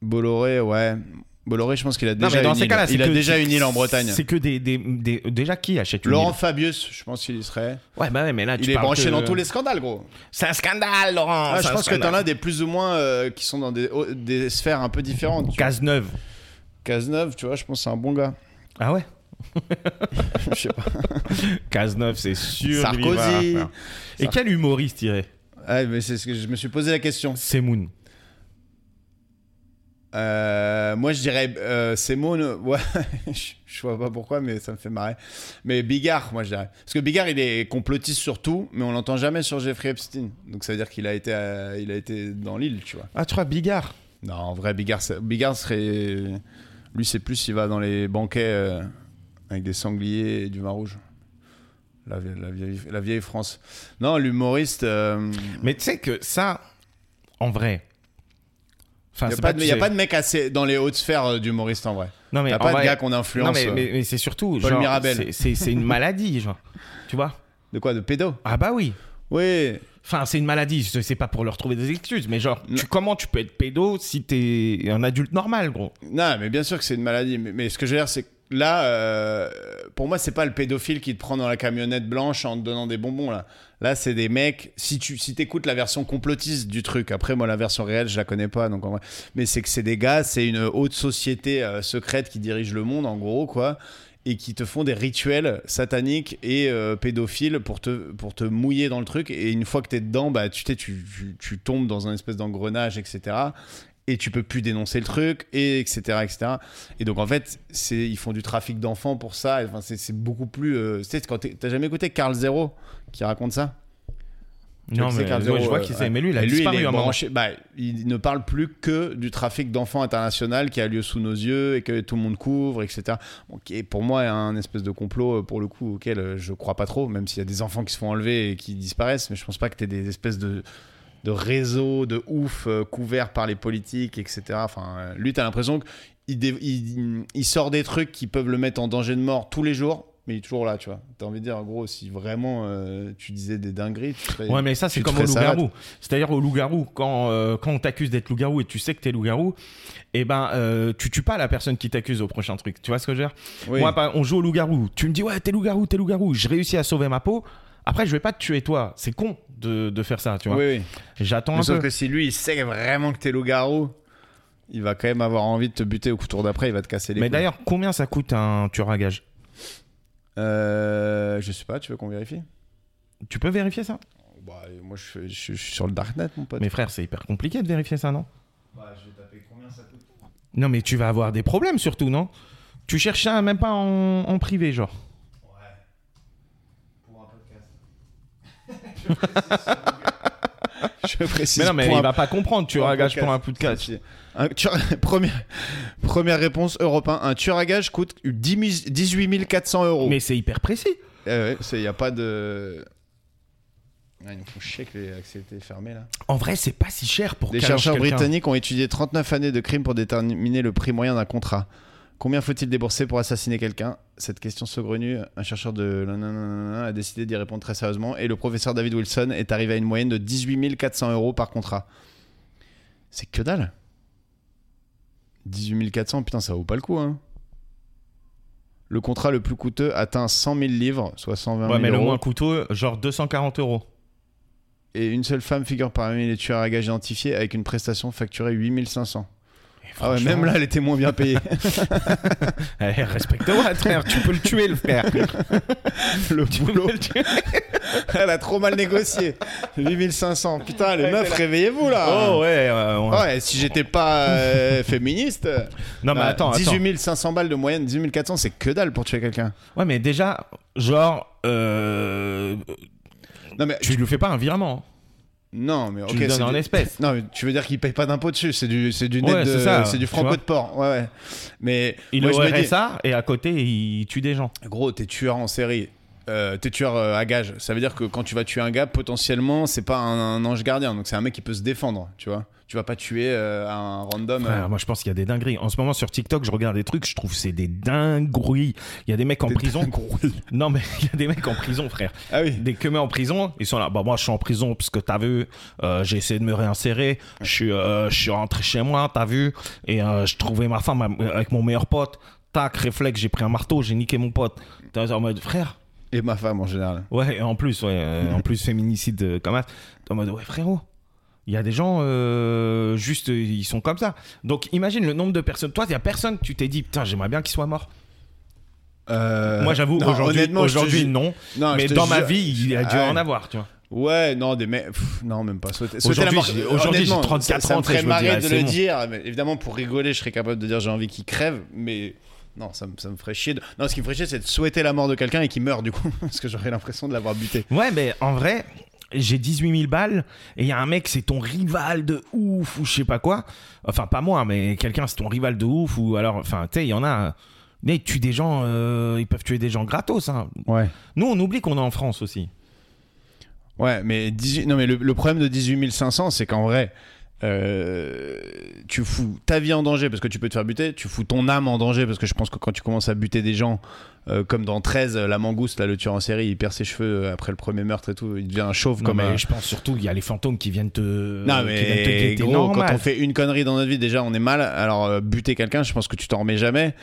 B: Bolloré, ouais. Bolloré, je pense qu'il a déjà
C: Non, mais dans
B: une
C: ces
B: île.
C: cas-là, c'est
B: Il a
C: que-
B: déjà une île en Bretagne.
C: C'est que des, des- des- Déjà, qui achète une
B: Laurent
C: île
B: Fabius, je pense qu'il y serait.
C: Ouais, bah ouais, mais là, tu
B: Il est
C: parles
B: branché
C: que-
B: dans tous les scandales, gros.
C: C'est un scandale, Laurent
B: Ah,
C: c'est
B: je
C: un
B: pense que
C: scandale.
B: t'en as des plus ou moins euh, qui sont dans des, oh, des sphères un peu différentes. tu vois.
C: Cazeneuve.
B: Cazeneuve, tu vois, je pense que c'est un bon gars.
C: Ah ouais
B: je sais pas.
C: Cazeneuve, c'est sûr.
B: Sarkozy.
C: lui, voilà, frère. Et quel humoriste irait
B: Ouais, Ah, mais c'est ce que je me suis posé la question.
C: Semoun.
B: Euh, moi, je dirais euh, Semoun. Ouais, je, je vois pas pourquoi, mais ça me fait marrer. Mais Bigard, moi, je dirais. Parce que Bigard, il est complotiste sur tout, mais on l'entend jamais sur Jeffrey Epstein. Donc ça veut dire qu'il a été, euh, il a été dans l'île, tu vois.
C: Ah, tu crois Bigard
B: Non, en vrai, Bigard, ça- Bigard serait. Lui, c'est plus s'il va dans les banquets euh, avec des sangliers et du vin rouge. La, vie- la vieille, la vieille France. Non, l'humoriste. euh,
C: Mais tu sais que ça, en vrai. Enfin,
B: Il n'y a,
C: c'est
B: pas de-
C: tu
B: y a
C: sais-
B: pas de mec assez dans les hautes sphères euh, d'humoriste en vrai.
C: Non, mais
B: T'as
C: en
B: pas de
C: vrai-
B: gars qu'on influence.
C: Non, mais,
B: euh,
C: mais- mais c'est surtout.
B: Paul
C: genre,
B: Mirabel.
C: c'est- C'est c'est une maladie, genre. Tu vois
B: De quoi De pédo
C: Ah, bah oui.
B: Oui.
C: Enfin, c'est une maladie. je- C'est pas pour leur trouver des excuses, mais genre,
B: Non.
C: tu- comment tu peux être pédo si t'es un adulte normal, gros
B: Non, mais bien sûr que c'est une maladie. Mais, mais ce que je veux dire, c'est que là, euh, pour moi, c'est pas le pédophile qui te prend dans la camionnette blanche en te donnant des bonbons. Là, là c'est des mecs. Si tu si t'écoutes la version complotiste du truc, après, moi, la version réelle, je la connais pas. Donc, en vrai. Mais c'est que c'est des gars, c'est une haute société euh, secrète qui dirige le monde, en gros, quoi. Et qui te font des rituels sataniques et euh, pédophiles pour te, pour te mouiller dans le truc. Et une fois que t'es dedans, bah, tu, t'es- tu, tu, tu tombes dans un espèce d'engrenage, etc. Et tu peux plus dénoncer le truc, et etc. etc. Et donc en fait, c'est ils font du trafic d'enfants pour ça. Enfin, c'est c'est beaucoup plus. euh, tu sais, quand t'es- t'as jamais écouté Carl Zero qui raconte ça
C: Non,
B: Tu sais,
C: mais
B: Carl
C: ouais,
B: Zero,
C: je vois
B: euh,
C: qu'il
B: ouais.
C: s'est. Mais lui, il a
B: Et
C: disparu hein,
B: il, est
C: à un moment.
B: branché- bah, il ne parle plus que du trafic d'enfants international qui a lieu sous nos yeux et que tout le monde couvre, etc. Bon, qui est pour moi un espèce de complot euh, pour le coup auquel euh, je crois pas trop, même s'il y a des enfants qui se font enlever et qui disparaissent, mais je pense pas que t'aies des espèces de de réseaux de ouf euh, couverts par les politiques, etc. Enfin, euh, lui, t'as l'impression qu'il dé- il, il sort des trucs qui peuvent le mettre en danger de mort tous les jours, mais il est toujours là, tu vois. T'as envie de dire, en gros, si vraiment euh, tu disais des dingueries, tu serais...
C: Ouais, mais ça, c'est
B: tu te
C: comme au
B: ferais ça,
C: loup-garou. C'est-à-dire au loup-garou, quand, euh, quand on t'accuse d'être loup-garou et tu sais que t'es loup-garou, eh ben, euh, tu tues pas la personne qui t'accuse au prochain truc. Tu vois ce que je veux dire
B: Oui.
C: Moi, par- on joue au loup-garou. Tu me dis, ouais, t'es loup-garou, t'es loup-garou. Je réussis à sauver ma peau. Après, je vais pas te tuer, toi. C'est con de, de faire ça, tu vois.
B: Oui, oui.
C: J'attends
B: Mais
C: un
B: sauf
C: peu.
B: que si lui, il sait vraiment que t'es loup-garou, il va quand même avoir envie de te buter au coup de tour d'après, il va te casser les
C: Mais
B: couilles.
C: d'ailleurs, combien ça coûte un tueur à gage
B: Euh, je sais pas, tu veux qu'on vérifie
C: Tu peux vérifier ça
B: Bah, Moi, je, suis- je suis- je suis sur le Darknet, mon pote.
C: Mais frère, c'est hyper compliqué de vérifier ça, non
B: Bah, je vais taper combien ça coûte
C: Non, mais tu vas avoir des problèmes surtout, non Tu cherches ça même pas en, en privé, genre.
B: pour un podcast. je précise.
C: Mais non, mais
B: pour
C: il
B: un-
C: va pas comprendre, tueur
B: pour un
C: à gage pour un
B: podcast.
C: podcast.
B: Un tueur- première, première réponse européen. Un tueur à gage coûte 10 000 18 400 euros.
C: Oh. Mais c'est hyper précis.
B: Eh ouais, il n'y a pas de. Ah, ils nous font chier que les accès étaient fermés là.
C: En vrai, c'est pas si cher pour
B: Des
C: calmer
B: chercheurs
C: quelqu'un.
B: britanniques ont étudié 39 années de crimes pour déterminer le prix moyen d'un contrat. Combien faut-il débourser pour assassiner quelqu'un Cette question saugrenue, un chercheur de nananana a décidé d'y répondre très sérieusement et le professeur David Wilson est arrivé à une moyenne de 18 400 euros par contrat. C'est que dalle 18 400, putain, ça vaut pas le coup. Hein. Le contrat le plus coûteux atteint 100 000 livres, soit 120
C: Ouais,
B: 000
C: mais le
B: euros.
C: moins coûteux, genre 240 euros.
B: Et une seule femme figure parmi les tueurs à gages identifiés avec une prestation facturée 8500. Ah ouais, même là, elle était moins bien payée.
C: Eh, Respecte-moi, frère, tu peux le tuer, le frère.
B: le
C: Tu peux
B: boulot,
C: le tuer.
B: elle a trop mal négocié. 8500. Putain, les meufs, réveillez-vous là.
C: Oh, ouais. euh, on-
B: Ouais, si j'étais pas euh, féministe.
C: Non, mais
B: euh,
C: attends, attends.
B: 18 500 balles de moyenne, 18 400, c'est que dalle pour tuer quelqu'un.
C: Ouais, mais déjà, genre, euh,
B: Non, mais.
C: tu lui fais pas un virement. hein.
B: Non, mais
C: Tu
B: ok,
C: lui donnes
B: c'est
C: en
B: du-
C: espèces.
B: Non, mais tu veux dire qu'il paye pas d'impôt dessus, c'est du, c'est du net de-
C: Ouais, c'est ça,
B: c'est
C: tu
B: du franco
C: vois.
B: de port. Ouais, ouais. Mais
C: Il
B: moi, je me
C: aurait
B: dis-
C: ça et à côté, il tue des gens.
B: Gros, t'es tueur en série. Euh, t'es tueur euh, à gage. Ça veut dire que quand tu vas tuer un gars, potentiellement, c'est pas un, un ange gardien. Donc c'est un mec qui peut se défendre, tu vois. Tu vas pas tuer euh, un random.
C: Frère,
B: euh,
C: moi, je pense qu'il y a des dingueries. En ce moment, sur TikTok, je regarde des trucs, je trouve que c'est des dingueries. Il y a des mecs en
B: Des
C: prison. Non, mais il y a des mecs en prison, frère.
B: euh, Ah oui.
C: Dès que mets en prison, ils sont là. Bah, moi, je suis en prison parce que t'as vu, euh, j'ai essayé de me réinsérer. Je suis, euh, je suis rentré chez moi, t'as vu, et euh, je trouvais ma femme am- avec mon meilleur pote. Tac, réflexe, j'ai pris un marteau, j'ai niqué mon pote. T'es en mode frère.
B: Et ma femme en général.
C: Ouais, et en plus, ouais,
B: Mm.
C: euh, en plus féminicide euh, comme ça. T'es en mode ouais, frérot. Il y a des gens, euh, juste, euh, ils sont comme ça. Donc, imagine le nombre de personnes. Toi, il y a personne, tu t'es dit, putain, j'aimerais bien qu'il soit mort.
B: Euh,
C: Moi, j'avoue,
B: non,
C: aujourd'hui,
B: honnêtement, je te
C: aujourd'hui,
B: ju-
C: non.
B: Non,
C: mais
B: je te
C: dans ma
B: jure-
C: vie, il a dû
B: Ah ouais.
C: en avoir, tu vois.
B: Ouais, non, des mecs. pff, Non, même pas. Souhaiter, souhaiter la
C: Aujourd'hui,
B: mort.
C: j'ai- aujourd'hui, j'ai
B: Honnêtement,
C: 34
B: ça, ça
C: ans,
B: me
C: tu sais,
B: ferait
C: je me
B: marrer
C: dirais,
B: de
C: c'est
B: le
C: bon.
B: dire. Mais évidemment, pour rigoler, je serais capable de dire j'ai envie qu'il crève, mais. Non, ça me, ça me ferait chier. de- Non, ce qui me ferait chier, c'est de souhaiter la mort de quelqu'un et qu'il meurt, du coup. Parce que j'aurais l'impression de l'avoir buté.
C: Ouais, mais en vrai, j'ai 18 000 balles et il y a un mec, c'est ton rival de ouf ou je sais pas quoi. Enfin, pas moi, mais quelqu'un, c'est ton rival de ouf ou alors, enfin, tu sais, il y en a. euh, Mais ils tuent des gens, euh, ils peuvent tuer des gens gratos. hein.
B: Ouais.
C: Nous, on oublie qu'on est en France aussi.
B: Ouais, mais 18 non, mais le, le problème de 18 500, c'est qu'en vrai, euh, tu fous ta vie en danger parce que tu peux te faire buter, tu fous ton âme en danger parce que je pense que quand tu commences à buter des gens, euh, comme dans 13, la mangouste, là, le tueur en série, il perd ses cheveux euh, après le premier meurtre et tout, il devient un chauve
C: Non,
B: comme
C: mais
B: un.
C: je pense surtout qu'il y a les fantômes qui viennent te.
B: Non,
C: qui viennent te guetter.
B: mais gros, quand
C: Normal.
B: on fait une connerie dans notre vie, déjà on est mal. Alors, euh, buter quelqu'un, je pense que tu t'en remets jamais.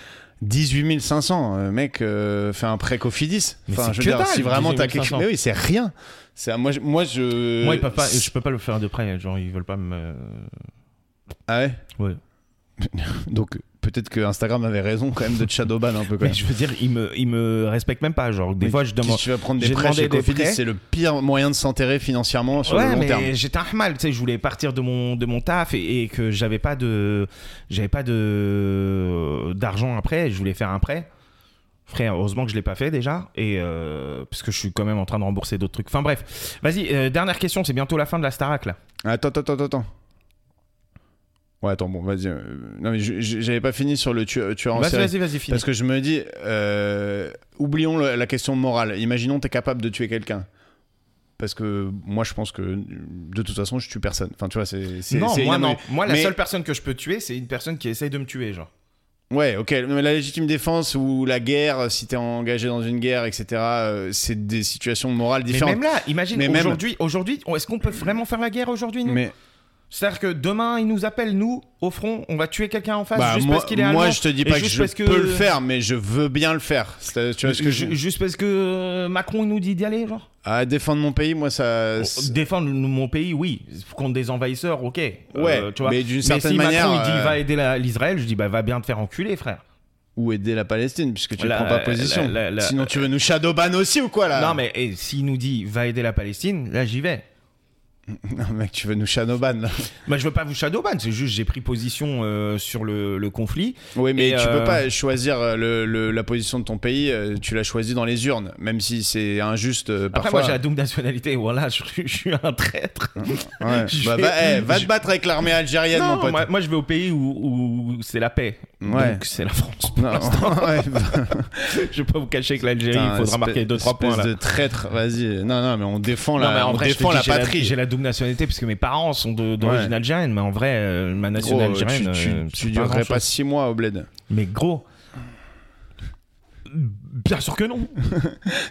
B: 18 500, euh, mec, euh, fais un prêt Cofidis.
C: Mais
B: Enfin,
C: c'est
B: je veux
C: que
B: dire,
C: dalle,
B: si vraiment t'as
C: 18
B: quelque chose.
C: 500.
B: Mais oui, c'est rien. C'est, moi, je- moi, je.
C: Moi, ils peuvent pas, je peux pas le faire de près. Genre, ils veulent pas me.
B: Ah ouais
C: Ouais.
B: Donc, peut-être que Instagram avait raison quand même de te shadowban un peu. Quand
C: Mais
B: même.
C: je veux dire, ils me, ils me respectent même pas. Genre, des
B: Mais
C: fois, je
B: si
C: demande.
B: tu vas prendre des
C: j'ai
B: prêts
C: demandé
B: chez
C: des
B: Cofidis,
C: prêts.
B: c'est le pire moyen de s'enterrer financièrement sur le
C: Ouais,
B: long terme.
C: mais j'étais un mal, tu sais, je voulais partir de mon, de mon taf et, et que j'avais pas de, j'avais pas de, d'argent après, je voulais faire un prêt. Frère, heureusement que je l'ai pas fait déjà, et euh, parce que je suis quand même en train de rembourser d'autres trucs. Enfin bref, vas-y, euh, dernière question, c'est bientôt la fin de la Starac là.
B: Attends, attends, attends, attends. Ouais, attends, bon, vas-y. euh, Non, mais je- je- j'avais pas fini sur le tueur, tueur en
C: Vas-y,
B: série.
C: vas-y, vas-y, finis.
B: Parce que je me dis, euh, oublions le- la question morale. Imaginons t'es capable de tuer quelqu'un. Parce que moi, je pense que de toute façon, je tue personne. Enfin, tu vois, c'est. c'est-
C: non,
B: c'est
C: moi non.
B: inamovible.
C: Moi, la
B: Mais-
C: seule personne que je peux tuer, c'est une personne qui essaye de me tuer, genre.
B: Ouais, ok. Mais la légitime défense ou la guerre, si t'es engagé dans une guerre, etc., euh, c'est des situations morales
C: Mais
B: différentes.
C: même là, imagine
B: Mais même-
C: aujourd'hui, aujourd'hui, est-ce qu'on peut vraiment faire la guerre aujourd'hui nous
B: Mais-
C: C'est-à-dire que demain, ils nous appellent, nous, au front, on va tuer quelqu'un en face
B: bah,
C: juste
B: moi,
C: parce qu'il est allemand.
B: moi, je te dis
C: et
B: pas que
C: juste
B: je
C: parce
B: peux le faire, mais je veux bien le faire. C'est- Tu vois ce que je.
C: Ju- Juste parce que euh, Macron, il nous dit d'y aller, genre
B: À défendre mon pays, moi,
C: Oh,
B: ça. Euh, c'est-
C: Défendre nous- mon pays, oui. Contre des envahisseurs, ok. Euh, Ouais,
B: Ouais, mais d'une certaine
C: si Macron,
B: manière,
C: il dit
B: euh,
C: va aider la- l'Israël, je dis bah va bien te faire enculer, frère.
B: Ou aider la Palestine, puisque tu
C: La-
B: prends pas position.
C: la- la- la-
B: Sinon, tu veux nous shadowban aussi ou quoi, là
C: Non, mais eh, s'il nous dit va aider la Palestine, là j'y vais.
B: Non, mec, tu veux nous shadowban, là.
C: Moi, je veux pas vous shadowban, c'est juste j'ai pris position euh, sur le, le conflit.
B: Oui, mais
C: Et,
B: tu
C: euh,
B: peux pas choisir euh, le, le- la position de ton pays, euh, tu l'as choisi dans les urnes, même si c'est injuste euh,
C: Après,
B: parfois.
C: moi j'ai la double nationalité, voilà, je, je suis un traître.
B: Ouais.
C: je
B: Bah,
C: vais-
B: va, eh, va
C: je-
B: te battre avec l'armée algérienne, mon
C: Non,
B: pote.
C: moi, moi, je vais au pays où, où c'est la paix.
B: Ouais.
C: Donc c'est la France.
B: Non, ouais, bah,
C: Je vais pas vous cacher que l'Algérie, il
B: putain,
C: faudra
B: espèce-
C: marquer 2-3 points là.
B: espèce de traître, vas-y. Non, non, mais on défend
C: Non, mais
B: la,
C: en
B: on
C: vrai, je te
B: défend
C: dis,
B: la
C: j'ai
B: patrie.
C: J'ai la double nationalité parce que mes parents sont de- d'origine
B: Ouais.
C: algérienne, mais en vrai, euh, ma
B: Gros,
C: nationalité
B: tu-
C: algérienne.
B: tu,
C: euh,
B: tu
C: c'est pas
B: durerais
C: grand-chose.
B: pas 6 mois au bled.
C: Mais gros. Bien sûr que non.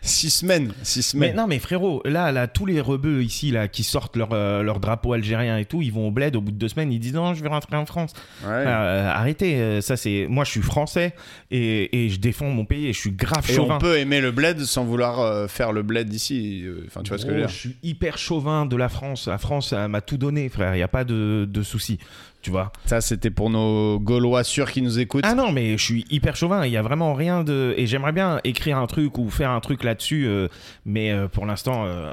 B: 6 semaines, 6
C: Mais
B: semaines.
C: non, mais frérot, là, là, tous les rebeux ici là qui sortent leur, euh, leur drapeau algérien et tout, ils vont au bled au bout de deux semaines, ils disent non, je vais rentrer en France.
B: Ouais.
C: Euh, arrêtez, euh, ça c'est. Moi, je suis français et, et je défends mon pays et je suis grave
B: Et
C: chauvin.
B: on peut aimer le bled sans vouloir euh, faire le bled d'ici. euh, Enfin, tu vois ce que je veux
C: Gros,
B: dire.
C: suis hyper chauvin de la France. La France elle m'a tout donné, frère. Il n'y a pas de, de souci. Tu vois
B: Ça, c'était pour nos Gaulois sûrs qui nous écoutent.
C: Ah non, mais je suis hyper chauvin. Il n'y a vraiment rien de. Et j'aimerais bien écrire un truc ou faire un truc là-dessus. euh, mais euh, pour l'instant, euh,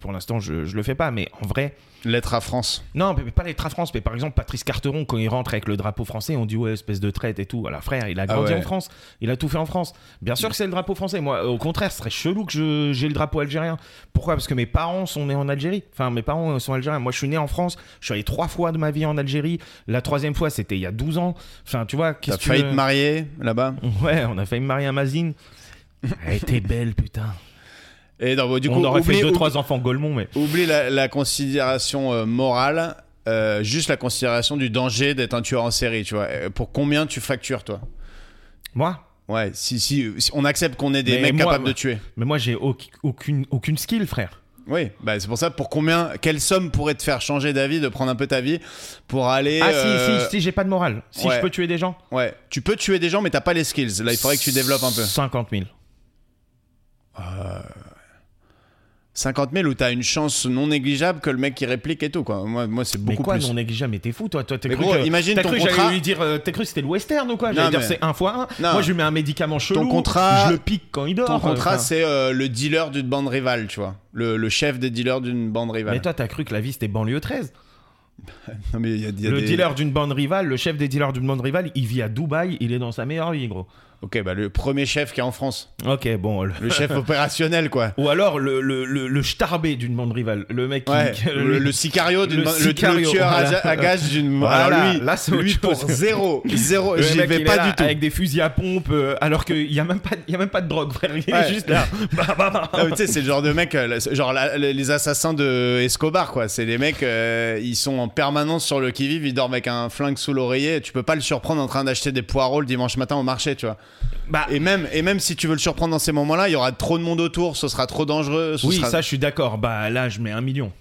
C: pour l'instant, je ne le fais pas. Mais en vrai.
B: Lettre à France.
C: Non, mais mais pas les Tra France. Mais par exemple, Patrice Carteron, quand il rentre avec le drapeau français, on dit ouais, espèce de traite et tout. Alors frère, il a grandi
B: Ah ouais.
C: en France. Il a tout fait en France. Bien sûr que c'est le drapeau français. Moi, au contraire, ce serait chelou que je- j'ai le drapeau algérien. Pourquoi Parce que mes parents sont nés en Algérie. Enfin, mes parents euh, sont algériens. Moi, je suis né en France. Je suis allé trois fois de ma vie en Algérie. La troisième fois, c'était il y a 12 ans. Enfin, tu vois,
B: T'as
C: qu'est-ce que tu
B: failli
C: veux
B: te marier là-bas.
C: Ouais, on a failli me marier à Mazine. Elle était belle, putain.
B: Et non, bon, du
C: on
B: coup,
C: aurait
B: oublie,
C: fait deux,
B: oublie-
C: trois enfants Golemont, mais.
B: oublie la, la considération euh, morale, euh, juste la considération du danger d'être un tueur en série, tu vois. Euh, Pour combien tu factures, toi
C: Moi
B: Ouais, si, si, si on accepte qu'on est des
C: Mais
B: mecs
C: moi,
B: capables
C: moi-
B: de tuer.
C: Mais moi, j'ai au- aucune, aucune skill, frère.
B: Oui, bah, c'est pour ça, pour combien, quelle somme pourrait te faire changer d'avis, de prendre un peu ta vie pour aller.
C: ah, si,
B: euh,
C: si, si, j'ai pas de morale. Si
B: ouais.
C: je peux tuer des gens.
B: Ouais, tu peux tuer des gens, mais t'as pas les skills. Là, il faudrait que tu développes un peu.
C: 50 000.
B: 50 000 où t'as une chance non négligeable que le mec qui réplique et tout, quoi. Moi, moi c'est
C: Mais
B: beaucoup
C: quoi,
B: plus.
C: non négligeable, mais t'es fou, toi. toi t'es
B: Mais
C: cru
B: gros,
C: que-
B: imagine
C: t'as
B: ton
C: cru que
B: contrat-
C: J'allais lui dire, euh, t'as cru que c'était le western ou quoi
B: Non,
C: J'allais dire
B: mais-
C: c'est un fois un.
B: Non.
C: Moi, je lui mets un médicament chelou.
B: contrat-
C: Je le pique quand il dort.
B: Ton
C: euh,
B: contrat,
C: enfin.
B: c'est euh, le dealer d'une bande rivale, tu vois. Le, le chef des dealers d'une bande rivale.
C: Mais toi, t'as cru que la vie c'était banlieue 13.
B: Non, mais il y a- il y a
C: Le
B: des-
C: dealer d'une bande rivale, le chef des dealers d'une bande rivale, il vit à Dubaï, il est dans sa meilleure vie, gros.
B: Ok, bah le premier chef qui est en France.
C: Ok, bon, le-
B: Le chef opérationnel, quoi.
C: Ou alors le, le, le, le starbé d'une bande rivale, le mec qui.
B: Ouais,
C: qui-
B: le, le sicario, d'une
C: le
B: ban- le, le
C: sicario,
B: tueur à-
C: voilà.
B: à, gaz d'une.
C: Voilà,
B: Alors lui,
C: là, c'est autre
B: lui
C: chose.
B: pour zéro, zéro,
C: le
B: j'y
C: mec,
B: vais
C: il
B: pas
C: est là
B: du tout.
C: Avec des fusils à pompe, euh, alors qu'il n'y a, même pas- il y a même pas de drogue, frère. Il
B: Ouais.
C: est juste là. Bah, bah, bah.
B: Ah, mais tu sais, c'est le genre de mec, euh, la- genre la- les- les assassins de Escobar, quoi. C'est des mecs, euh, ils sont en permanence sur le qui-vive, ils dorment avec un flingue sous l'oreiller. Tu peux pas le surprendre en train d'acheter des poireaux le dimanche matin au marché, tu vois.
C: Bah,
B: Et même, et même si tu veux le surprendre dans ces moments-là, il y aura trop de monde autour, ce sera trop dangereux. ce
C: oui,
B: sera-
C: ça, je suis d'accord. Bah, là, je mets un million.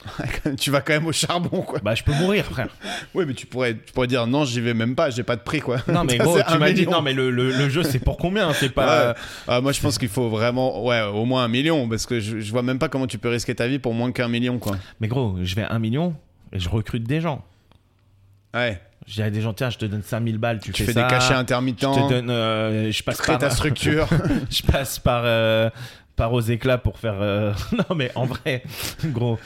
B: tu vas quand même au charbon, quoi.
C: Bah, je peux mourir, frère.
B: Oui, mais tu pourrais, tu pourrais dire non, j'y vais même pas, j'ai pas de prix, quoi.
C: Non, mais
B: Ça,
C: gros,
B: c'est
C: tu
B: un
C: m'as dit,
B: million.
C: non, mais le, le- le jeu, c'est pour combien C'est
B: Ouais.
C: pas.
B: Ah, moi, je pense qu'il faut vraiment, ouais, au moins un million, parce que je, je vois même pas comment tu peux risquer ta vie pour moins qu'un million, quoi.
C: Mais gros, je vais à 1 million et je recrute des gens.
B: Ouais,
C: Je dis à des gens, tiens, je te donne 5000 balles, tu,
B: tu fais
C: ça.
B: des cachets
C: Je
B: intermittents,
C: te donne. euh, je passe
B: crée
C: par.
B: ta structure.
C: je passe par. euh, par aux éclats pour faire. euh, non, mais en vrai, gros.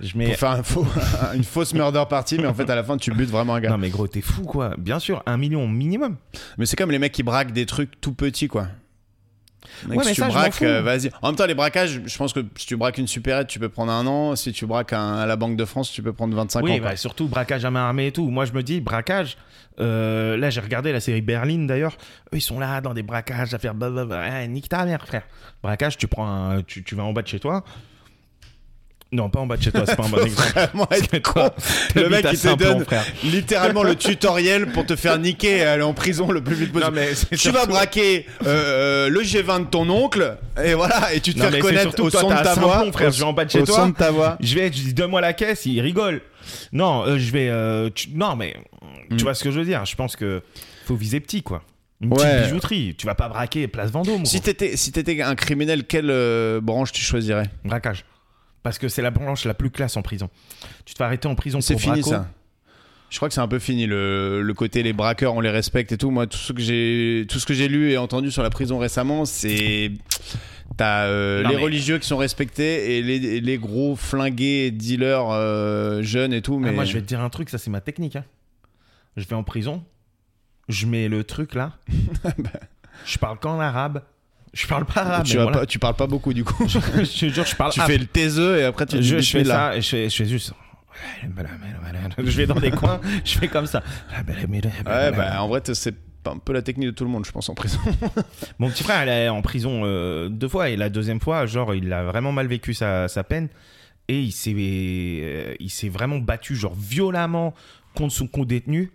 C: Je mets.
B: pour faire un faux- une fausse murder party, mais en fait, à la fin, tu butes vraiment un gars.
C: Non, mais gros, t'es fou, quoi. Bien sûr, 1 million minimum.
B: Mais c'est comme les mecs qui braquent des trucs tout petits, quoi. Mec,
C: Ouais,
B: si
C: mais
B: tu
C: ça, je m'en
B: braques,
C: fous.
B: euh, vas-y. En même temps, les braquages, je pense que si tu braques une supérette, tu peux prendre un an. Si tu braques un- à la Banque de France, tu peux prendre 25 ans.
C: Oui,
B: quoi.
C: bah, surtout braquage à main armée et tout. Moi, je me dis, braquage. euh, là, j'ai regardé la série Berlin d'ailleurs. Eux, ils sont là dans des braquages à faire. blablabla. Ah, nique ta mère, frère. Braquage, tu prends un- tu, tu vas en bas de chez toi. Non, pas en bas de chez toi, c'est pas un bon exemple.
B: Vraiment être
C: Parce que
B: con.
C: toi,
B: Le
C: t'habites
B: mec,
C: à
B: il te
C: Saint-Plan,
B: donne
C: frère.
B: littéralement le tutoriel pour te faire niquer et aller en prison le plus vite
C: Non,
B: possible.
C: mais c'est
B: tu vas
C: surtout-
B: braquer euh, euh, le G20 de ton oncle, et voilà, et tu te
C: Non,
B: fais
C: mais c'est
B: reconnaître
C: surtout
B: au
C: toi,
B: son
C: t'as
B: de ta
C: un
B: voix.
C: Saint-Plon, frère,
B: au-
C: je vais en bas de chez
B: au
C: toi.
B: son de ta voix.
C: Je vais, je dis, donne-moi la caisse, il rigole. Non, euh, je vais. euh, tu- Non, mais
B: Mm.
C: tu vois ce que je veux dire. Je pense que faut viser petit, quoi. Une
B: Ouais.
C: petite bijouterie. Tu vas pas braquer place Vendôme.
B: Si
C: gros.
B: t'étais si t'étais un criminel, quelle euh, branche tu choisirais
C: Braquage. Parce que c'est la branche la plus classe en prison. Tu te fais arrêter en prison
B: C'est
C: pour
B: fini
C: braco.
B: ça. Je crois que c'est un peu fini le, le côté les braqueurs, on les respecte et tout. Moi, tout ce que j'ai tout ce que j'ai lu et entendu sur la prison récemment, c'est t'as euh,
C: Non,
B: les
C: mais-
B: religieux qui sont respectés et les, et les gros flingués dealers euh, jeunes et tout.
C: Ah,
B: Mais
C: moi, je vais te dire un truc, ça, c'est ma technique. hein. Je vais en prison, je mets le truc là. je parle qu'en arabe. Je parle pas arabe.
B: tu,
C: mais
B: vas
C: voilà.
B: pas- tu parles pas beaucoup du coup.
C: je te jure, je parle
B: tu
C: arabe.
B: fais le taiseux et après tu
C: je,
B: dis
C: je fais
B: bismillah.
C: ça et je fais, je fais juste. Je vais dans des coins, je fais comme ça.
B: Ouais, bah en vrai, t'es- c'est un peu la technique de tout le monde, je pense, en prison.
C: Mon petit frère, il est en prison euh, deux fois et la deuxième fois, genre, il a vraiment mal vécu sa, sa peine et il s'est, euh, il s'est vraiment battu, genre, violemment contre son co-détenu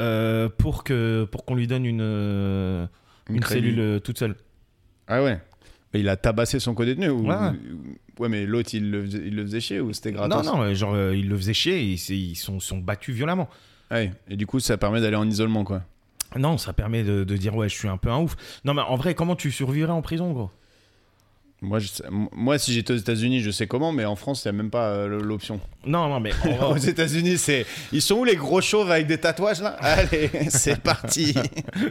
C: euh, pour, que, pour qu'on lui donne une, euh, une,
B: Une cellule.
C: cellule euh, toute seule.
B: Ah ouais. Mais il a tabassé son co-détenu ou...
C: Ouais.
B: Ouais, mais l'autre, il le, faisait, il le faisait chier ou c'était gratos
C: Non, non, euh, genre, euh, il le faisait chier et ils s'est- ils sont, sont battus violemment.
B: Ouais, et du coup, ça permet d'aller en isolement, quoi.
C: Non, ça permet de, de dire, ouais, je suis un peu un ouf. Non, mais en vrai, comment tu survivrais en prison, gros
B: Moi, je sais- m- moi si j'étais aux États-Unis, je sais comment, mais en France, il n'y a même pas euh, le- l'option.
C: Non, non, mais en vrai,
B: Aux États-Unis, c'est. Ils sont où les gros chauves avec des tatouages, là Allez, c'est parti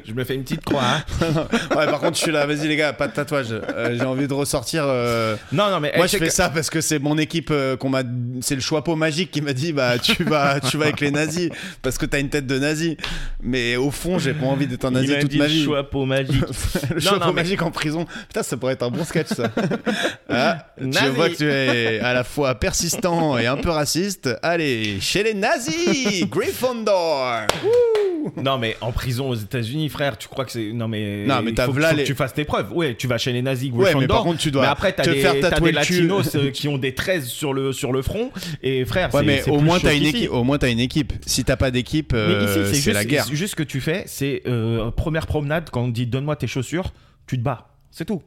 C: je me fais une petite croix. hein.
B: Ouais, par contre, je suis là, vas-y, les gars, pas de tatouage. Euh, J'ai envie de ressortir. euh,
C: Non, non, mais
B: Moi,
C: eh,
B: je
C: check-
B: fais ça parce que c'est mon équipe euh, qu'on m'a. C'est le choix magique qui m'a dit, bah, tu vas, tu vas avec les nazis parce que t'as une tête de nazi. Mais au fond, j'ai pas envie d'être un
C: il
B: nazi
C: m'a
B: toute
C: dit
B: ma
C: le
B: vie.
C: chapeau magique.
B: le
C: Non,
B: chapeau
C: non, mais-
B: magique en prison. Putain, ça pourrait être un bon sketch, ça. Ah, tu
C: Nazi.
B: vois que tu es à la fois persistant et un peu raciste. Allez, chez les nazis Gryffondor
C: Non mais en prison aux États-Unis, frère, tu crois que c'est non mais
B: Non, mais
C: il
B: t'as
C: faut, que-
B: v'là
C: faut que
B: les-
C: tu fasses tes preuves. Ouais, tu vas chez les nazis,
B: Ouais, mais
C: Gryffondor,
B: par contre, tu dois
C: mais après t'as
B: te
C: des,
B: faire
C: t'as
B: tatouer
C: des
B: le cul.
C: latinos euh, qui ont des 13 sur le sur le front et frère,
B: Ouais,
C: c'est-
B: mais
C: c'est
B: au
C: plus
B: moins,
C: chaud
B: t'as une
C: qu'ici.
B: équipe. au moins t'as une équipe. Si t'as pas d'équipe,
C: Mais
B: euh,
C: ici, c'est
B: c'est
C: juste,
B: la guerre.
C: c'est juste ce que tu fais, c'est euh, première promenade quand on te dit donne-moi tes chaussures, tu te bats, c'est tout.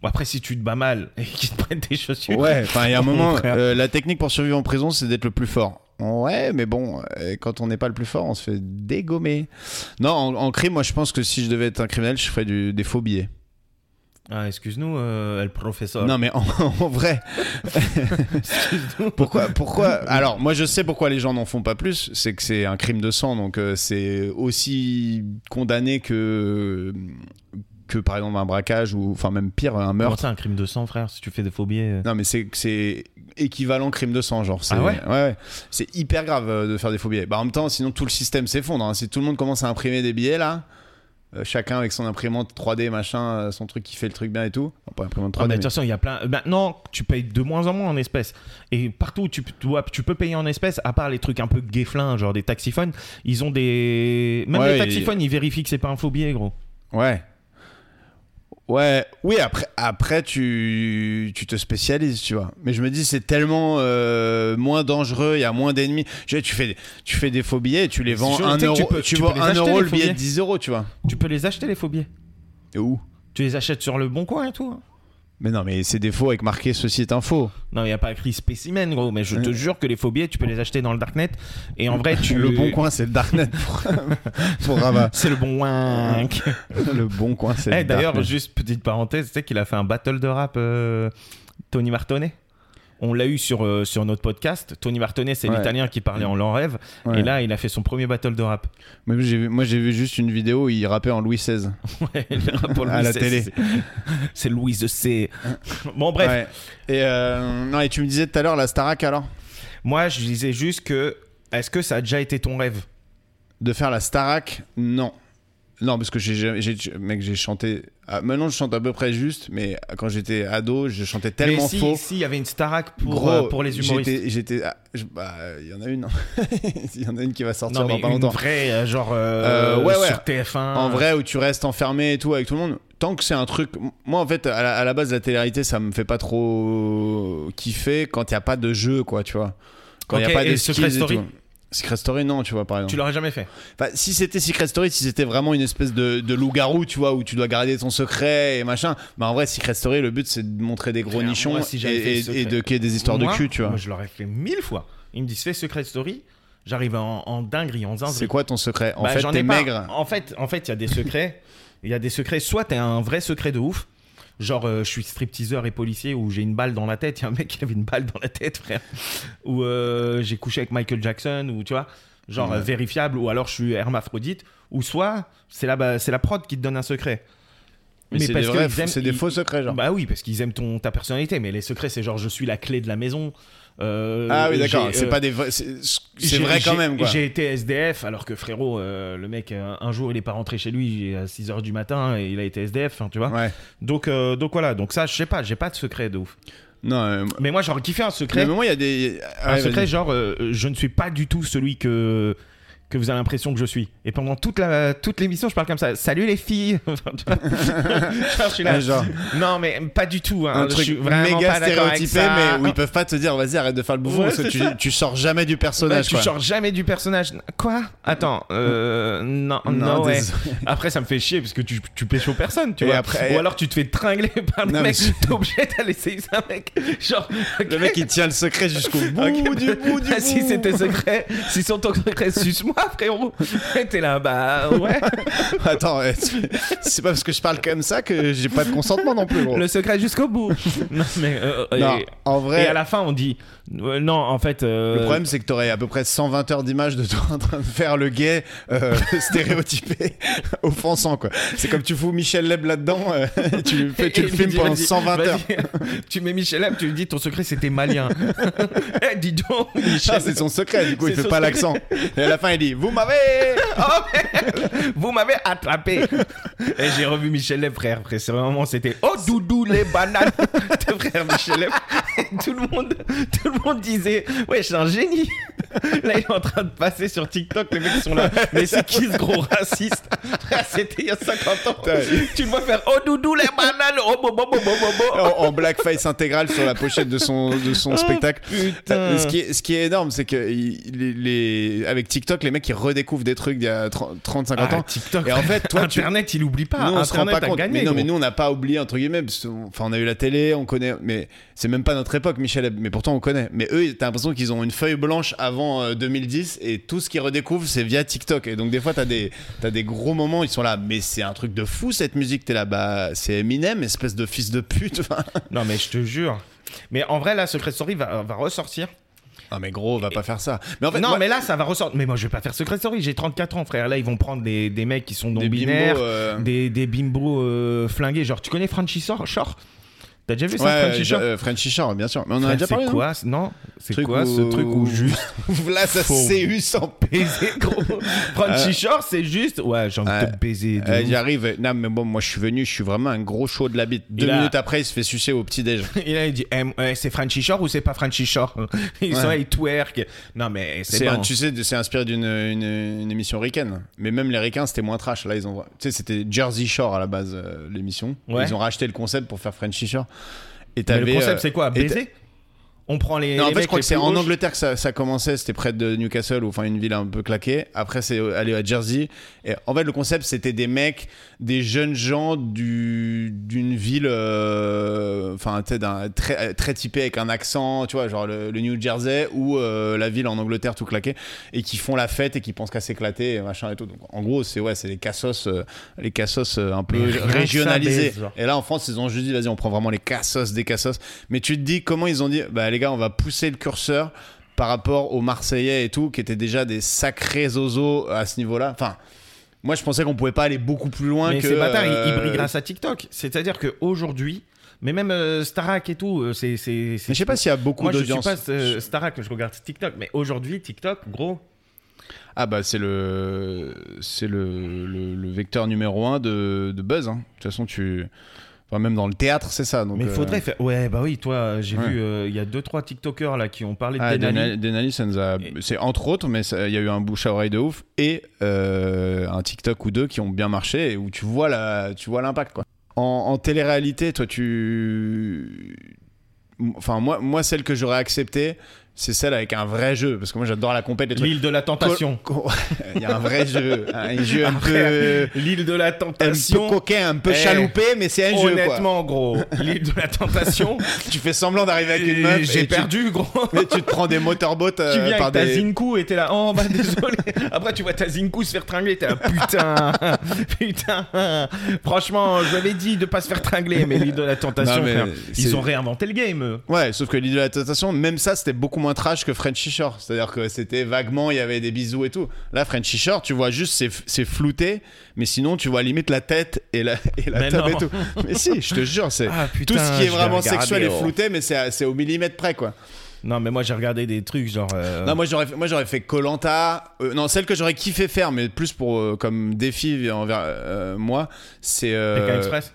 C: Bon, après si tu te bats mal et qu'ils te prennent tes chaussures.
B: Ouais, enfin, il y a un
C: Mon
B: moment,
C: frère.
B: euh, la technique pour survivre en prison, c'est d'être le plus fort. Ouais, mais bon, euh, quand on n'est pas le plus fort, on se fait dégommer. Non, en, en crime, moi, je pense que si je devais être un criminel, je ferais du, des faux billets.
C: Ah, excuse-nous, euh, le professeur.
B: Non, mais en, en vrai. pourquoi, pourquoi Alors, moi, je sais pourquoi les gens n'en font pas plus. C'est que c'est un crime de sang, donc euh, c'est aussi condamné que que par exemple un braquage ou enfin même pire un
C: Comment
B: meurtre.
C: c'est un crime de sang, frère, si tu fais des phobies. euh.
B: Non, mais c'est c'est équivalent crime de sang, genre. c'est-
C: Ah ouais
B: ouais, ouais. C'est hyper grave euh, de faire des faux billets. Bah, en même temps, sinon tout le système s'effondre. hein. Si tout le monde commence à imprimer des billets là. euh, Chacun avec son imprimante 3D, machin, euh, son truc qui fait le truc bien et tout. Enfin, pas imprimante 3D.
C: Ah, mais
B: mais-
C: attention, il y a plein. Maintenant, tu payes de moins en moins en espèces. Et partout où tu, tu vois, tu peux payer en espèces, à part les trucs un peu guéflins, genre des taxiphones, ils ont des. Même
B: Ouais,
C: les taxiphones, ils vérifient que c'est pas un faux billet, gros.
B: Ouais. Ouais, oui, après, après tu, tu te spécialises, tu vois. Mais je me dis, c'est tellement euh, moins dangereux, il y a moins d'ennemis. Tu, sais, tu, fais, des- tu fais des faux billets, tu les vends
C: sûr,
B: 1
C: tu sais que
B: euro.
C: tu peux-
B: tu
C: tu
B: vends
C: peux les
B: 1
C: acheter,
B: euro
C: les
B: le
C: faux
B: billet de
C: billets.
B: 10 euros, tu vois.
C: Tu peux les acheter, les faux billets.
B: Et où
C: Tu les achètes sur le bon coin et tout. hein.
B: Mais non, mais c'est des faux avec marqué ceci est un faux.
C: Non, il n'y a pas écrit spécimen, gros, mais je te jure que les faux billets, tu peux les acheter dans le Darknet. Et en vrai, tu.
B: Le bon coin, c'est le Darknet pour, pour Rava.
C: C'est le bon wink.
B: Le bon coin, c'est
C: Eh,
B: le
C: D'ailleurs,
B: Darknet.
C: juste petite parenthèse, tu sais qu'il a fait un battle de rap, euh, Tony Martonnet on l'a eu sur, euh, sur notre podcast. Tony Martonnet, c'est
B: Ouais.
C: l'italien qui parlait en l'en rêve.
B: Ouais.
C: Et là, il a fait son premier battle de rap.
B: Mais j'ai vu- moi, j'ai vu juste une vidéo où il rappait en Louis XVI.
C: Ouais, le rap pour
B: À
C: Louis
B: la
C: XVI,
B: télé.
C: c'est- Ah, C'est Louis de C. Bon, bref.
B: Hein. Ouais. Et, euh, non, et tu me disais tout à l'heure la Starac alors
C: Moi, je disais juste que est-ce que ça a déjà été ton rêve
B: De faire la Starac Non. Non, parce que j'ai, jamais- j'ai- mec, j'ai chanté. ah, maintenant, je chante à peu près juste, mais quand j'étais ado, je chantais tellement
C: Mais si,
B: faux.
C: si, il y avait une Starac pour,
B: Gros,
C: euh, pour les humoristes.
B: J'étais. j'étais- ah, je- bah, il y en a une. hein. Il y en a une qui va sortir
C: Non, mais
B: dans pas
C: une
B: longtemps.
C: vraie, euh, genre euh,
B: Euh, ouais, ouais.
C: sur TF1.
B: En vrai, où tu restes enfermé et tout avec tout le monde. Tant que c'est un truc. Moi, en fait, à la, à la base, la télé-réalité, ça me fait pas trop kiffer quand il n'y a pas de jeu, quoi, tu vois. Quand il
C: Ok,
B: n'y a pas
C: et
B: de
C: Secret
B: skills et
C: Story
B: tout. Secret Story, non, tu vois, par exemple.
C: tu l'aurais jamais fait.
B: Enfin, si c'était Secret Story, si c'était vraiment une espèce de, de loup-garou, tu vois, où tu dois garder ton secret et machin. Bah, en vrai, Secret Story, le but, c'est de montrer des gros
C: Frère,
B: nichons
C: moi, si
B: et,
C: j'avais fait le
B: et-
C: secret.
B: et de créer des histoires
C: Moi,
B: de cul, tu vois.
C: Moi, je l'aurais fait mille fois. Il me dit, fais Secret Story. J'arrive en, en dinguerie, en zinzrie.
B: C'est quoi ton secret En
C: Bah,
B: fait,
C: j'en ai
B: t'es
C: pas.
B: maigre.
C: En fait, en fait, il y a des secrets. Il y a des secrets. Soit t'es un vrai secret de ouf. Genre, euh, je suis stripteaseur et policier où j'ai une balle dans la tête. Il y a un mec qui avait une balle dans la tête, frère. Ou euh, j'ai couché avec Michael Jackson, ou tu vois, genre euh, vérifiable. Ou alors je suis hermaphrodite. Ou soit c'est la, bah, c'est la prod qui te donne un secret.
B: Mais, c'est des,
C: que
B: vrais-
C: ils aiment-
B: c'est des
C: ils-
B: faux secrets, genre.
C: Bah oui, parce qu'ils aiment ton, ta personnalité. Mais les secrets, c'est genre, je suis la clé de la maison. Euh,
B: ah oui, d'accord.
C: j'ai,
B: C'est
C: euh,
B: pas des vrais- C'est c'est
C: j'ai-
B: vrai quand
C: j'ai-
B: même, quoi.
C: J'ai été SDF, alors que frérot, euh, le mec, euh, un jour, il est pas rentré chez lui à 6h du matin et il a été SDF, hein, tu vois.
B: Ouais.
C: Donc, euh, donc voilà, donc ça, je sais pas, j'ai pas de secret de ouf.
B: Non, euh,
C: Mais moi, j'aurais kiffé un secret.
B: mais moi, il y a des. ah
C: un
B: Ouais,
C: secret,
B: vas-y.
C: genre, euh, je ne suis pas du tout celui que, que vous avez l'impression que je suis. Et pendant toute la toute l'émission, je parle comme ça. Salut les filles Enfin, tu vois. Genre, je suis là.
B: Ouais, genre.
C: Non, mais pas du tout. hein.
B: un
C: Je
B: truc
C: suis vraiment
B: méga
C: pas d'accord avec
B: stéréotypé,
C: ça.
B: mais où ils peuvent pas te dire, vas-y, arrête de faire le bouffon
C: Ouais,
B: parce que
C: c'est
B: tu,
C: ça.
B: tu sors jamais du
C: Ouais,
B: personnage.
C: tu
B: quoi.
C: sors jamais du personnage. Quoi Attends, euh, non, non,
B: Non,
C: ouais.
B: désolé.
C: Après, ça me fait chier parce que tu, tu pêches aux personnes, tu
B: Et
C: vois.
B: après-
C: Ou alors tu te fais tringler par des
B: Non, mais
C: mecs,
B: c'est-
C: t'es obligé d'aller saisir un mec. Genre,
B: Le mec, il tient le secret jusqu'au bout du bout du bout.
C: Ah, si c'était secret, si c'est ton secret, suce-moi, frérot. Et T'es là, bah ouais.
B: Attends, ouais, tu- c'est pas parce que je parle comme ça que j'ai pas de consentement non plus, gros.
C: Le secret jusqu'au bout. Non, mais. euh,
B: Oh. Non,
C: et,
B: en vrai,
C: et à la fin, on dit. euh, non, en fait. euh,
B: le problème c'est que t'aurais à peu près 120 heures d'images de toi en train de faire le gay euh, stéréotypé, offensant quoi. C'est comme tu fous Michel Leb là-dedans, euh, tu, le fais- tu
C: Et
B: le
C: lui
B: filmes
C: dit,
B: pendant
C: vas-y,
B: 120 heures.
C: vas-y, Tu mets Michel Leb, tu lui dis ton secret c'était malien. Eh, dis donc,
B: Ah,
C: Michel.
B: c'est son secret, du coup il
C: C'est
B: fait
C: son
B: pas
C: secret.
B: l'accent. Et à la fin il dit Vous m'avez
C: Oh, merde, vous m'avez attrapé. Et j'ai revu Michel Leb, frère. Après ce moment, c'était Oh doudou les bananes. T'es frère Michel Leb. Et tout le monde, tout le monde disait Ouais, je suis un génie. Là, il est en train de passer sur TikTok. Les mecs sont là. Mais c'est qui ce gros raciste Frère, C'était il y a 50 ans.
B: Putain.
C: Tu le vois faire Oh doudou les bananes. Oh bo bo bo bo bo bo.
B: en, en blackface intégral sur la pochette de son, de son
C: Oh,
B: spectacle.
C: putain.
B: Euh, Ce qui est, ce qui est énorme, c'est que il- les, les- avec TikTok, les mecs ils redécouvrent des trucs d'il y a 30-50
C: Ah,
B: ans.
C: TikTok.
B: Et en fait, toi, tu,
C: Internet, il oublie pas.
B: nous, on
C: Internet
B: se rend pas
C: a
B: compte.
C: Gagné,
B: mais non,
C: gros.
B: mais nous, on n'a pas oublié, entre guillemets, parce qu'on- enfin, on a eu la télé, on connaît, mais c'est même pas notre époque, Michel, Hebb, mais pourtant, on connaît. Mais eux, t'as l'impression qu'ils ont une feuille blanche avant euh, 2010, et tout ce qu'ils redécouvrent, c'est via TikTok. Et donc, des fois, t'as des, t'as des gros moments, ils sont là, mais c'est un truc de fou, cette musique, t'es là, bah, c'est Eminem, espèce de fils de pute. enfin.
C: Non, mais je te jure. Mais en vrai, là, Secret Story va, va ressortir.
B: Ah, mais gros, va pas faire ça. Mais en fait,
C: non,
B: moi,
C: mais là, ça va ressortir. Mais moi, je vais pas faire Secret Story. J'ai 34 ans, frère. Là, ils vont prendre des, des mecs qui sont non
B: des bimbos,
C: binaires,
B: euh,
C: des, des bimbos euh, flingués. Genre, tu connais Franchi Shore Shore T'as déjà vu ça,
B: Ouais,
C: Franchi
B: je-
C: Shore
B: euh, Frenchy Shore, bien sûr. Mais on en a
C: Frère,
B: déjà parlé,
C: C'est quoi ce- Non, c'est
B: Truc
C: quoi ce
B: où-
C: truc où juste
B: non Là, ça
C: Faux.
B: CU sans p.
C: baiser, gros Franchi Shore, c'est juste. Ouais, j'ai envie de
B: Euh, Ouais.
C: te baiser. de
B: Euh,
C: ouf.
B: J'arrive, euh, non mais bon, moi je suis venu, je suis vraiment un gros chaud de la bite. Deux
C: Il a-
B: minutes après, il se fait sucer au petit déj.
C: Et là, il dit eh, euh, c'est Franchi Shore ou c'est pas Franchi Shore Ils sont
B: Ouais.
C: là, ils twerk. Non, mais c'est
B: C'est un-
C: bon.
B: tu sais, c'est inspiré d'une une, une émission ricaine. Mais même les ricains, c'était moins trash. Là, ils ont, tu sais, c'était Jersey Shore à la base euh, l'émission.
C: Ouais.
B: Ils ont racheté le concept pour faire Frenchy Shore. Et
C: Mais
B: t'avais,
C: le concept,
B: euh,
C: c'est quoi
B: et t'a-
C: Baiser On prend les.
B: Non, en
C: les
B: fait, je
C: mecs
B: crois
C: les
B: que c'est
C: plus
B: en
C: gauches.
B: Angleterre que ça, ça commençait. C'était près de Newcastle, ou enfin une ville un peu claquée. Après, c'est euh, aller à Jersey. Et en fait, le concept, c'était des mecs, des jeunes gens du- d'une ville, euh, enfin, tu sais, d'un- très, euh, très typé avec un accent, tu vois, genre le, le New Jersey ou euh, la ville en Angleterre tout claquée, et qui font la fête et qui pensent qu'à s'éclater et machin et tout. Donc, en gros, c'est ouais, c'est les cassos, euh, les cassos euh, un peu
C: Mais rien que ça
B: régionalisés.
C: baise, genre.
B: Et là, en France, ils ont juste dit, vas-y, on prend vraiment les cassos des cassos. Mais tu te dis, comment ils ont dit, bah les gars, on va pousser le curseur par rapport aux Marseillais et tout, qui étaient déjà des sacrés zozos à ce niveau-là. Enfin, moi, je pensais qu'on pouvait pas aller beaucoup plus loin
C: Mais
B: que.
C: ces bâtards, ils- ils
B: euh,
C: brillent grâce à TikTok. C'est-à-dire qu'aujourd'hui, mais même euh, Starak et tout, euh, c'est. c'est- c'est-
B: Mais je sais pas s'il y a beaucoup
C: Moi, je suis
B: d'audience.
C: pas euh, Starak, je regarde TikTok. Mais aujourd'hui, TikTok, gros.
B: Ah bah c'est le c'est le, le, le vecteur numéro un de, de buzz. hein. De toute façon, tu enfin, même dans le théâtre, c'est ça. Donc,
C: mais il
B: euh,
C: faudrait faire. Ouais, bah oui, toi, j'ai
B: Ouais.
C: vu, euh, il y a deux, trois TikTokers là qui ont parlé de
B: Ah,
C: Denali.
B: Denali, Denali, ça nous a.
C: Et-
B: C'est entre autres, mais ça- il y a eu un bouche à oreille de ouf et euh, un TikTok ou deux qui ont bien marché et où tu vois la, tu vois l'impact quoi. En, en télé-réalité, toi, tu. Enfin, moi, moi, celle que j'aurais acceptée, c'est celle avec un vrai jeu parce que moi, j'adore la compète. les trucs.
C: L'île de la tentation.
B: Co- Il y a un vrai jeu, un jeu un
C: Après,
B: peu.
C: L'île de la
B: Un
C: tentation.
B: peu coquin, un peu
C: Eh,
B: chaloupé, mais c'est un jeu. quoi.
C: Honnêtement, gros, l'île de la tentation.
B: Tu fais semblant d'arriver avec une meuf.
C: et
B: et
C: J'ai
B: tu-
C: perdu, gros.
B: Mais tu te prends des motorboats euh,
C: Tu viens
B: par
C: avec ta
B: des.
C: Zinku et t'es là, oh bah désolé. Après, tu vois ta Zinku se faire tringler, t'es là, putain, putain. Franchement, je l'avais dit de pas se faire tringler, mais l'île de la tentation,
B: Non, mais
C: frère,
B: c'est-
C: ils ont réinventé le game. eux.
B: Ouais, sauf que l'idée de la tentation, même ça, c'était beaucoup moins trash que Frenchy Shore. C'est-à-dire que c'était vaguement, il y avait des bisous et tout. Là, Frenchy Shore, tu vois juste, c'est, c'est flouté, mais sinon, tu vois limite la tête et la, et la
C: Mais
B: table
C: non.
B: et tout. Mais si, je te jure, c'est.
C: Ah, putain,
B: tout ce qui est
C: je vais
B: vraiment
C: regarder,
B: sexuel
C: oh.
B: est flouté, mais c'est, à- c'est au millimètre près, quoi.
C: Non, mais moi j'ai regardé des trucs genre. euh,
B: Non, moi j'aurais, fait- moi j'aurais fait Colanta. Euh, non, celle que j'aurais kiffé faire, mais plus pour euh, comme défi envers euh, moi, c'est. euh,
C: Pékin Express.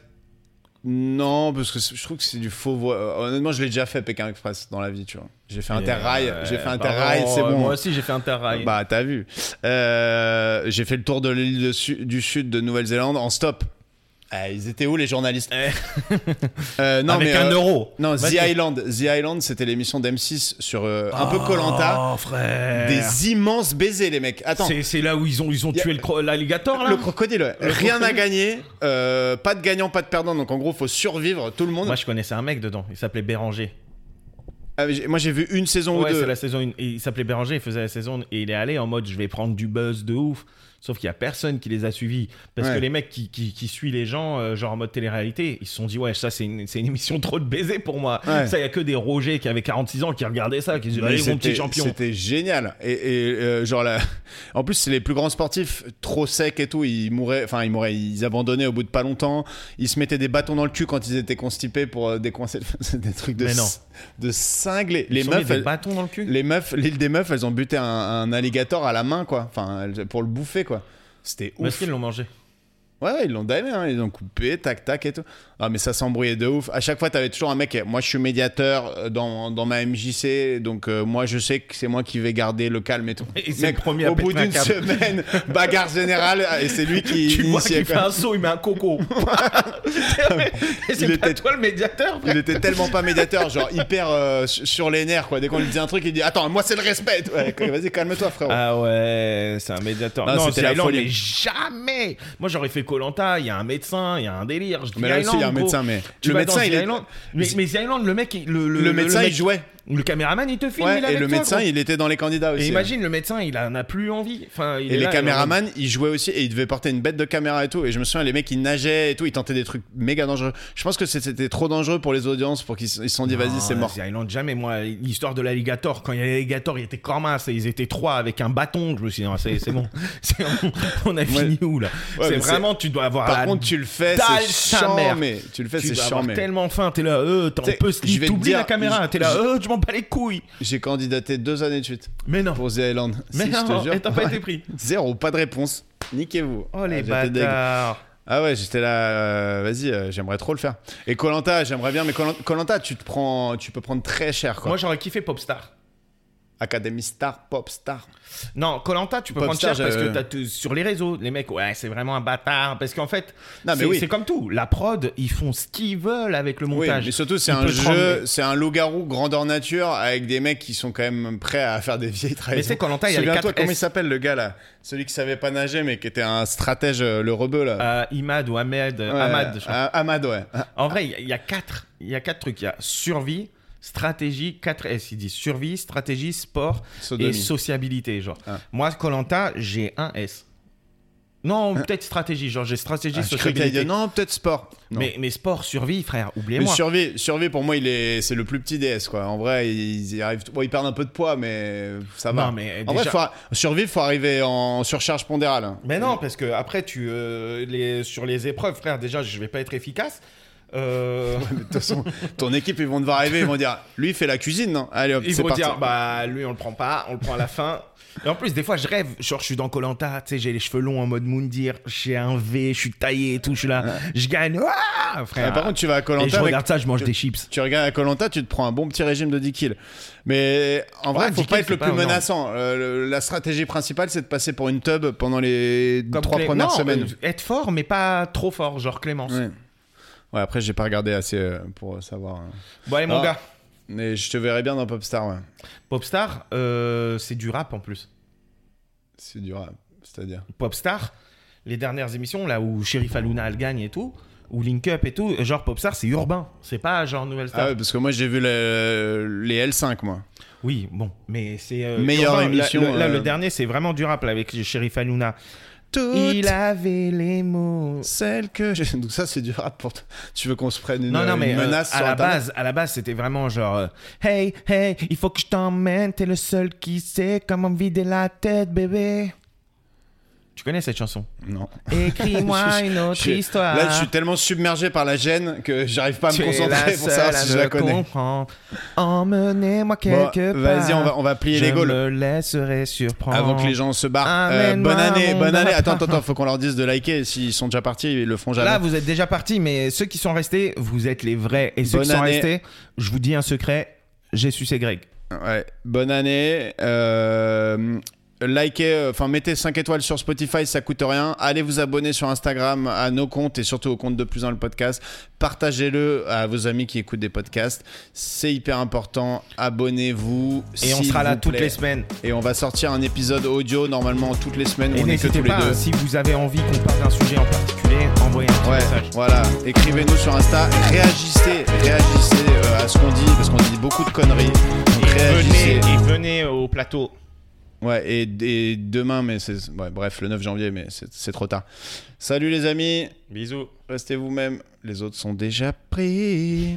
B: Non, parce que c'est- je trouve que c'est du faux. vo- euh, Honnêtement, je l'ai déjà fait Pékin Express dans la vie, tu vois. J'ai fait Interrail,
C: Euh,
B: j'ai fait
C: pardon,
B: Interrail, c'est bon.
C: Moi aussi j'ai fait Interrail.
B: Bah, t'as vu. Euh, j'ai fait le tour de l'île de su- du sud de Nouvelle-Zélande en stop. Ah, ils étaient où les journalistes
C: Eh.
B: Euh, Non,
C: Avec
B: mais.
C: un
B: euh,
C: euro.
B: Non, The
C: Vas-y.
B: Island. The Island, c'était l'émission d'M6 sur euh, un peu
C: Oh,
B: Colanta.
C: frère.
B: Des immenses baisers, les mecs. Attends.
C: Euh. C'est- C'est là où ils ont, ils ont
B: Y a-
C: tué le cro- l'alligator là
B: Le crocodile, ouais. rien à gagner, euh, pas de gagnant, pas de perdant, donc en gros faut survivre tout le monde.
C: Moi je connaissais un mec dedans, il s'appelait Béranger.
B: Ah, j'ai- Moi j'ai vu une saison
C: Ouais,
B: ou deux.
C: c'est la saison 1. Il s'appelait Béranger, il faisait la saison 1 et il est allé en mode je vais prendre du buzz de ouf. Sauf qu'il y a personne qui les a suivis. Parce
B: Ouais.
C: que les mecs qui, qui, qui suivent les gens, euh, genre en mode télé-réalité, ils se sont dit ouais, ça c'est une, c'est une émission trop de baiser pour moi.
B: Ouais.
C: Ça, il y a que des Roger qui avaient 46 ans qui regardaient ça, qui disaient
B: Mais
C: allez mon
B: c'était-
C: petit champion.
B: C'était génial. Et, et, euh, genre là, en plus c'est les plus grands sportifs, trop secs et tout, ils mouraient, enfin ils mouraient, ils abandonnaient au bout de pas longtemps. Ils se mettaient des bâtons dans le cul quand ils étaient constipés pour euh, décoincer. C'est des trucs de
C: Mais non.
B: de cinglés.
C: Ils
B: les
C: se sont mis
B: meufs,
C: des
B: elles-
C: bâtons dans le cul.
B: les meufs, l'île des meufs, elles ont buté un, un alligator à la main quoi, enfin elles- pour le bouffer quoi. C'était
C: Où
B: ouf.
C: est-ce qu'ils l'ont mangé
B: Ouais, ouais, ils l'ont damé, hein, ils l'ont coupé, tac, tac et tout. Ah, mais ça s'embrouillait de ouf. À chaque fois, t'avais toujours un mec. eh, Moi, je suis médiateur euh, dans, dans ma MJC, donc euh, moi, je sais que c'est moi qui vais garder le calme et tout.
C: Et c'est
B: Mec,
C: le premier à
B: Au bout
C: péter un
B: d'une
C: câble.
B: semaine, bagarre générale, ah, et c'est lui qui
C: Tu vois
B: initiait.
C: qu'il fait
B: quoi.
C: un saut, il met un coco. Et c'est
B: Il
C: pas
B: était-
C: toi le médiateur, frère.
B: Il était tellement pas médiateur, genre hyper euh, su- sur les nerfs, quoi. Dès qu'on lui dit un truc, il dit Attends, moi, c'est le respect. Ouais, quoi, Vas-y, calme-toi, frérot.
C: Ah ouais, c'est un médiateur.
B: Non,
C: Non,
B: Oh. Ah, c'était
C: c'est
B: la
C: Island,
B: folie.
C: mais jamais. Moi, j'aurais fait Colanta. Il y a un médecin, il y a un délire. Je dis
B: mais là aussi, il y a un
C: Island,
B: médecin,
C: gros.
B: mais.
C: Tu
B: le
C: vas
B: médecin,
C: dans
B: il
C: The
B: est-
C: Island. Mais, mais The Island, le mec, il- le, le-
B: Le,
C: le
B: médecin,
C: mec-
B: il jouait.
C: le caméraman, il te filme.
B: Ouais,
C: il est
B: et
C: avec
B: le
C: toi,
B: médecin,
C: gros.
B: il était dans les candidats aussi. hein.
C: Et imagine, le médecin, il en a plus envie. Enfin, il
B: Et
C: est
B: les
C: là,
B: caméramans, ils jouaient aussi et ils devaient porter une bête de caméra et tout. Et je me souviens, les mecs, ils nageaient et tout, ils tentaient des trucs méga dangereux. Je pense que c'est- c'était trop dangereux pour les audiences pour qu'ils s- ils se sont dit,
C: Non,
B: vas-y, c'est mort.
C: The Ah, Island, jamais. Moi, l'histoire de l'alligator, quand il y avait l'alligator, il était cormasse et ils étaient trois avec un bâton. Je me suis dit, non, c'est c'est bon. C'est- on, on a fini où, là
B: Ouais,
C: C'est
B: mais c'est-
C: vraiment, tu dois avoir
B: Par
C: la
B: contre, tu le fais,
C: dalle
B: c'est
C: sa mère.
B: mais Tu le fais,
C: tu
B: c'est
C: dois avoir
B: charmé.
C: tellement faim, t'es là, euh, t'es
B: T'sais,
C: un peu
B: je
C: slip,
B: vais te
C: t'oublies
B: dire,
C: la caméra,
B: je-
C: t'es là,
B: je-
C: euh, je m'en bats les couilles.
B: J'ai candidaté deux années de suite
C: Mais non,
B: pour The Island.
C: mais
B: Si, je te
C: non,
B: jure.
C: et t'as pas été pris.
B: Zéro, pas de réponse. Niquez-vous.
C: Oh les
B: Ah, j'étais deg.
C: bâtards.
B: Ah ouais, j'étais là, euh, vas-y, euh, j'aimerais trop le faire. Et Colanta, j'aimerais bien, mais Colanta, tu te prends, tu peux prendre très cher quoi.
C: Moi j'aurais kiffé Popstar.
B: Academy Star, Pop Star.
C: Non, Colanta, tu peux prendre
B: Popstar, euh,
C: cher parce que
B: je-
C: t'as tout- sur les réseaux, les mecs, ouais, c'est vraiment un bâtard. Parce qu'en fait,
B: Non, mais
C: c'est
B: oui.
C: c'est comme tout. La prod, ils font ce qu'ils veulent avec le
B: Oui,
C: montage.
B: mais surtout, c'est
C: Il
B: un
C: peut
B: jeu,
C: trembler.
B: c'est un loup-garou grandeur nature avec des mecs qui sont quand même prêts à faire des vieilles trahisons.
C: Mais tu sais, Koh-Lanta, il y a les
B: Souviens-toi,
C: 4
B: comment
C: S.
B: il s'appelle le gars là Celui qui savait pas nager mais qui était un stratège, euh, le rebeu là.
C: Euh, Imad ou Ahmed, euh,
B: Ouais,
C: Ahmad, je crois.
B: ah, Ahmad, ouais. Ah,
C: En vrai, il y a- il y, a quatre, il y a quatre trucs. Il y a survie, stratégie, 4 S. Il dit survie, stratégie, sport
B: Sodomie.
C: et sociabilité. Genre,
B: Ah.
C: moi, Colanta, j'ai un S. Non, peut-être stratégie. Genre, j'ai stratégie,
B: Ah. je croyais qu'il allait
C: sociabilité.
B: dire, non, peut-être sport. Non.
C: mais, mais sport, survie, frère,
B: Mais
C: oubliez-moi.
B: survie, survie, pour moi, il est, c'est le plus petit DS quoi. En vrai, ils y arrivent. Bon, ils perdent un peu de poids, mais ça va.
C: Non, mais
B: en
C: déjà-
B: vrai, faut, survivre, faut arriver en surcharge pondérale. hein.
C: Mais non, parce que après, tu, euh, les, sur les épreuves, frère, déjà, je vais pas être efficace. Euh,
B: De toute façon, ton équipe, ils vont devoir arriver, ils vont dire, lui, il fait la cuisine, non Allez, hop,
C: Ils
B: c'est
C: vont
B: parti.
C: dire, bah lui on le prend pas, on le prend à la fin. Et en plus, des fois je rêve, genre je suis dans Colanta, tu sais, j'ai les cheveux longs en mode Moundir, j'ai un V, je suis taillé et tout, je suis là, je gagne, ah, frère.
B: Ah, par contre, tu vas à
C: et je
B: Colanta.
C: regarde ça, je mange des chips.
B: Tu regardes à Colanta, tu te prends un bon petit régime de 10 kills. Mais en vrai,
C: Ouais,
B: faut
C: 10
B: pas
C: kills,
B: être le plus
C: c'est pas énorme.
B: menaçant. Euh, le- la stratégie principale, c'est de passer pour une tub pendant les
C: Comme
B: trois
C: Clé-
B: premières
C: Non,
B: semaines.
C: euh, Être fort, mais pas trop fort, genre Clémence.
B: Ouais. Ouais, après, j'ai pas regardé assez euh, pour savoir. hein.
C: Bon, allez, mon
B: Ah.
C: gars,
B: Mais je te verrais bien dans Popstar, ouais.
C: Popstar, euh, c'est du rap en plus.
B: C'est dur, à- c'est-à-dire.
C: Popstar, les dernières émissions, là où Sheriff Aluna elle gagne et tout, ou Link Up et tout, genre Popstar, c'est urbain, c'est pas genre Nouvelle Star.
B: Ah ouais, parce que moi, j'ai vu le- les L5, moi.
C: Oui, bon, mais c'est. euh,
B: Meilleure
C: urbain.
B: émission,
C: Là, le- là,
B: euh.
C: le dernier, c'est vraiment du rap là, avec Sheriff Aluna.
B: Tout
C: Il avait les mots.
B: celle que j'ai- Donc ça, c'est du rap pour toi. Tu veux qu'on se prenne une,
C: Non, non,
B: une
C: mais euh,
B: menace
C: à,
B: sur
C: la
B: Internet
C: base, à la base, c'était vraiment genre euh, Hey, hey, il faut que je t'emmène, t'es le seul qui sait comment me vider la tête, bébé. Tu connais cette chanson
B: Non.
C: Écris-moi une
B: Je
C: autre
B: suis-
C: histoire.
B: Là, je suis tellement submergé par la gêne que j'arrive pas à me
C: Tu es
B: concentrer
C: la
B: pour savoir
C: seule à
B: si je la
C: me
B: connais.
C: comprendre. Emmenez-moi
B: Bon,
C: quelque part.
B: vas-y, on va, on va plier
C: Je
B: les gaules.
C: me laisserai surprendre.
B: Avant que les gens se barrent. Euh,
C: Amène-moi
B: bonne année,
C: mon
B: bonne année. Attends, attends,
C: lapin.
B: attends, faut qu'on leur dise de liker. S'ils sont déjà partis, ils le feront jamais.
C: Là, vous êtes déjà partis, mais ceux qui sont restés, vous êtes les vrais. Et ceux
B: Bonne
C: qui sont
B: année.
C: restés, je vous dis un secret, j'ai sucé Greg.
B: Ouais. Bonne année. euh, Likez, euh, enfin mettez 5 étoiles sur Spotify, ça coûte rien. Allez vous abonner sur Instagram à nos comptes et surtout au compte de plus dans le podcast. Partagez-le à vos amis qui écoutent des podcasts. C'est hyper important. Abonnez-vous.
C: Et on
B: s'il
C: sera là
B: vous
C: toutes
B: plaît.
C: les semaines.
B: Et on va sortir un épisode audio normalement toutes les semaines. on
C: Et
B: est que
C: n'hésitez
B: tous
C: pas, euh,
B: les deux.
C: si vous avez envie qu'on parle d'un sujet en particulier, envoyez un petit
B: Ouais,
C: message.
B: voilà. Écrivez-nous sur Insta. Réagissez, réagissez euh, à ce qu'on dit parce qu'on dit beaucoup de conneries. Donc
C: Et venez,
B: réagissez.
C: et venez au plateau.
B: Ouais, et, et demain, mais c'est. ouais, bref, le 9 janvier, mais c'est c'est trop tard. Salut les amis,
C: Bisous.
B: restez vous-même. Les autres sont déjà pris.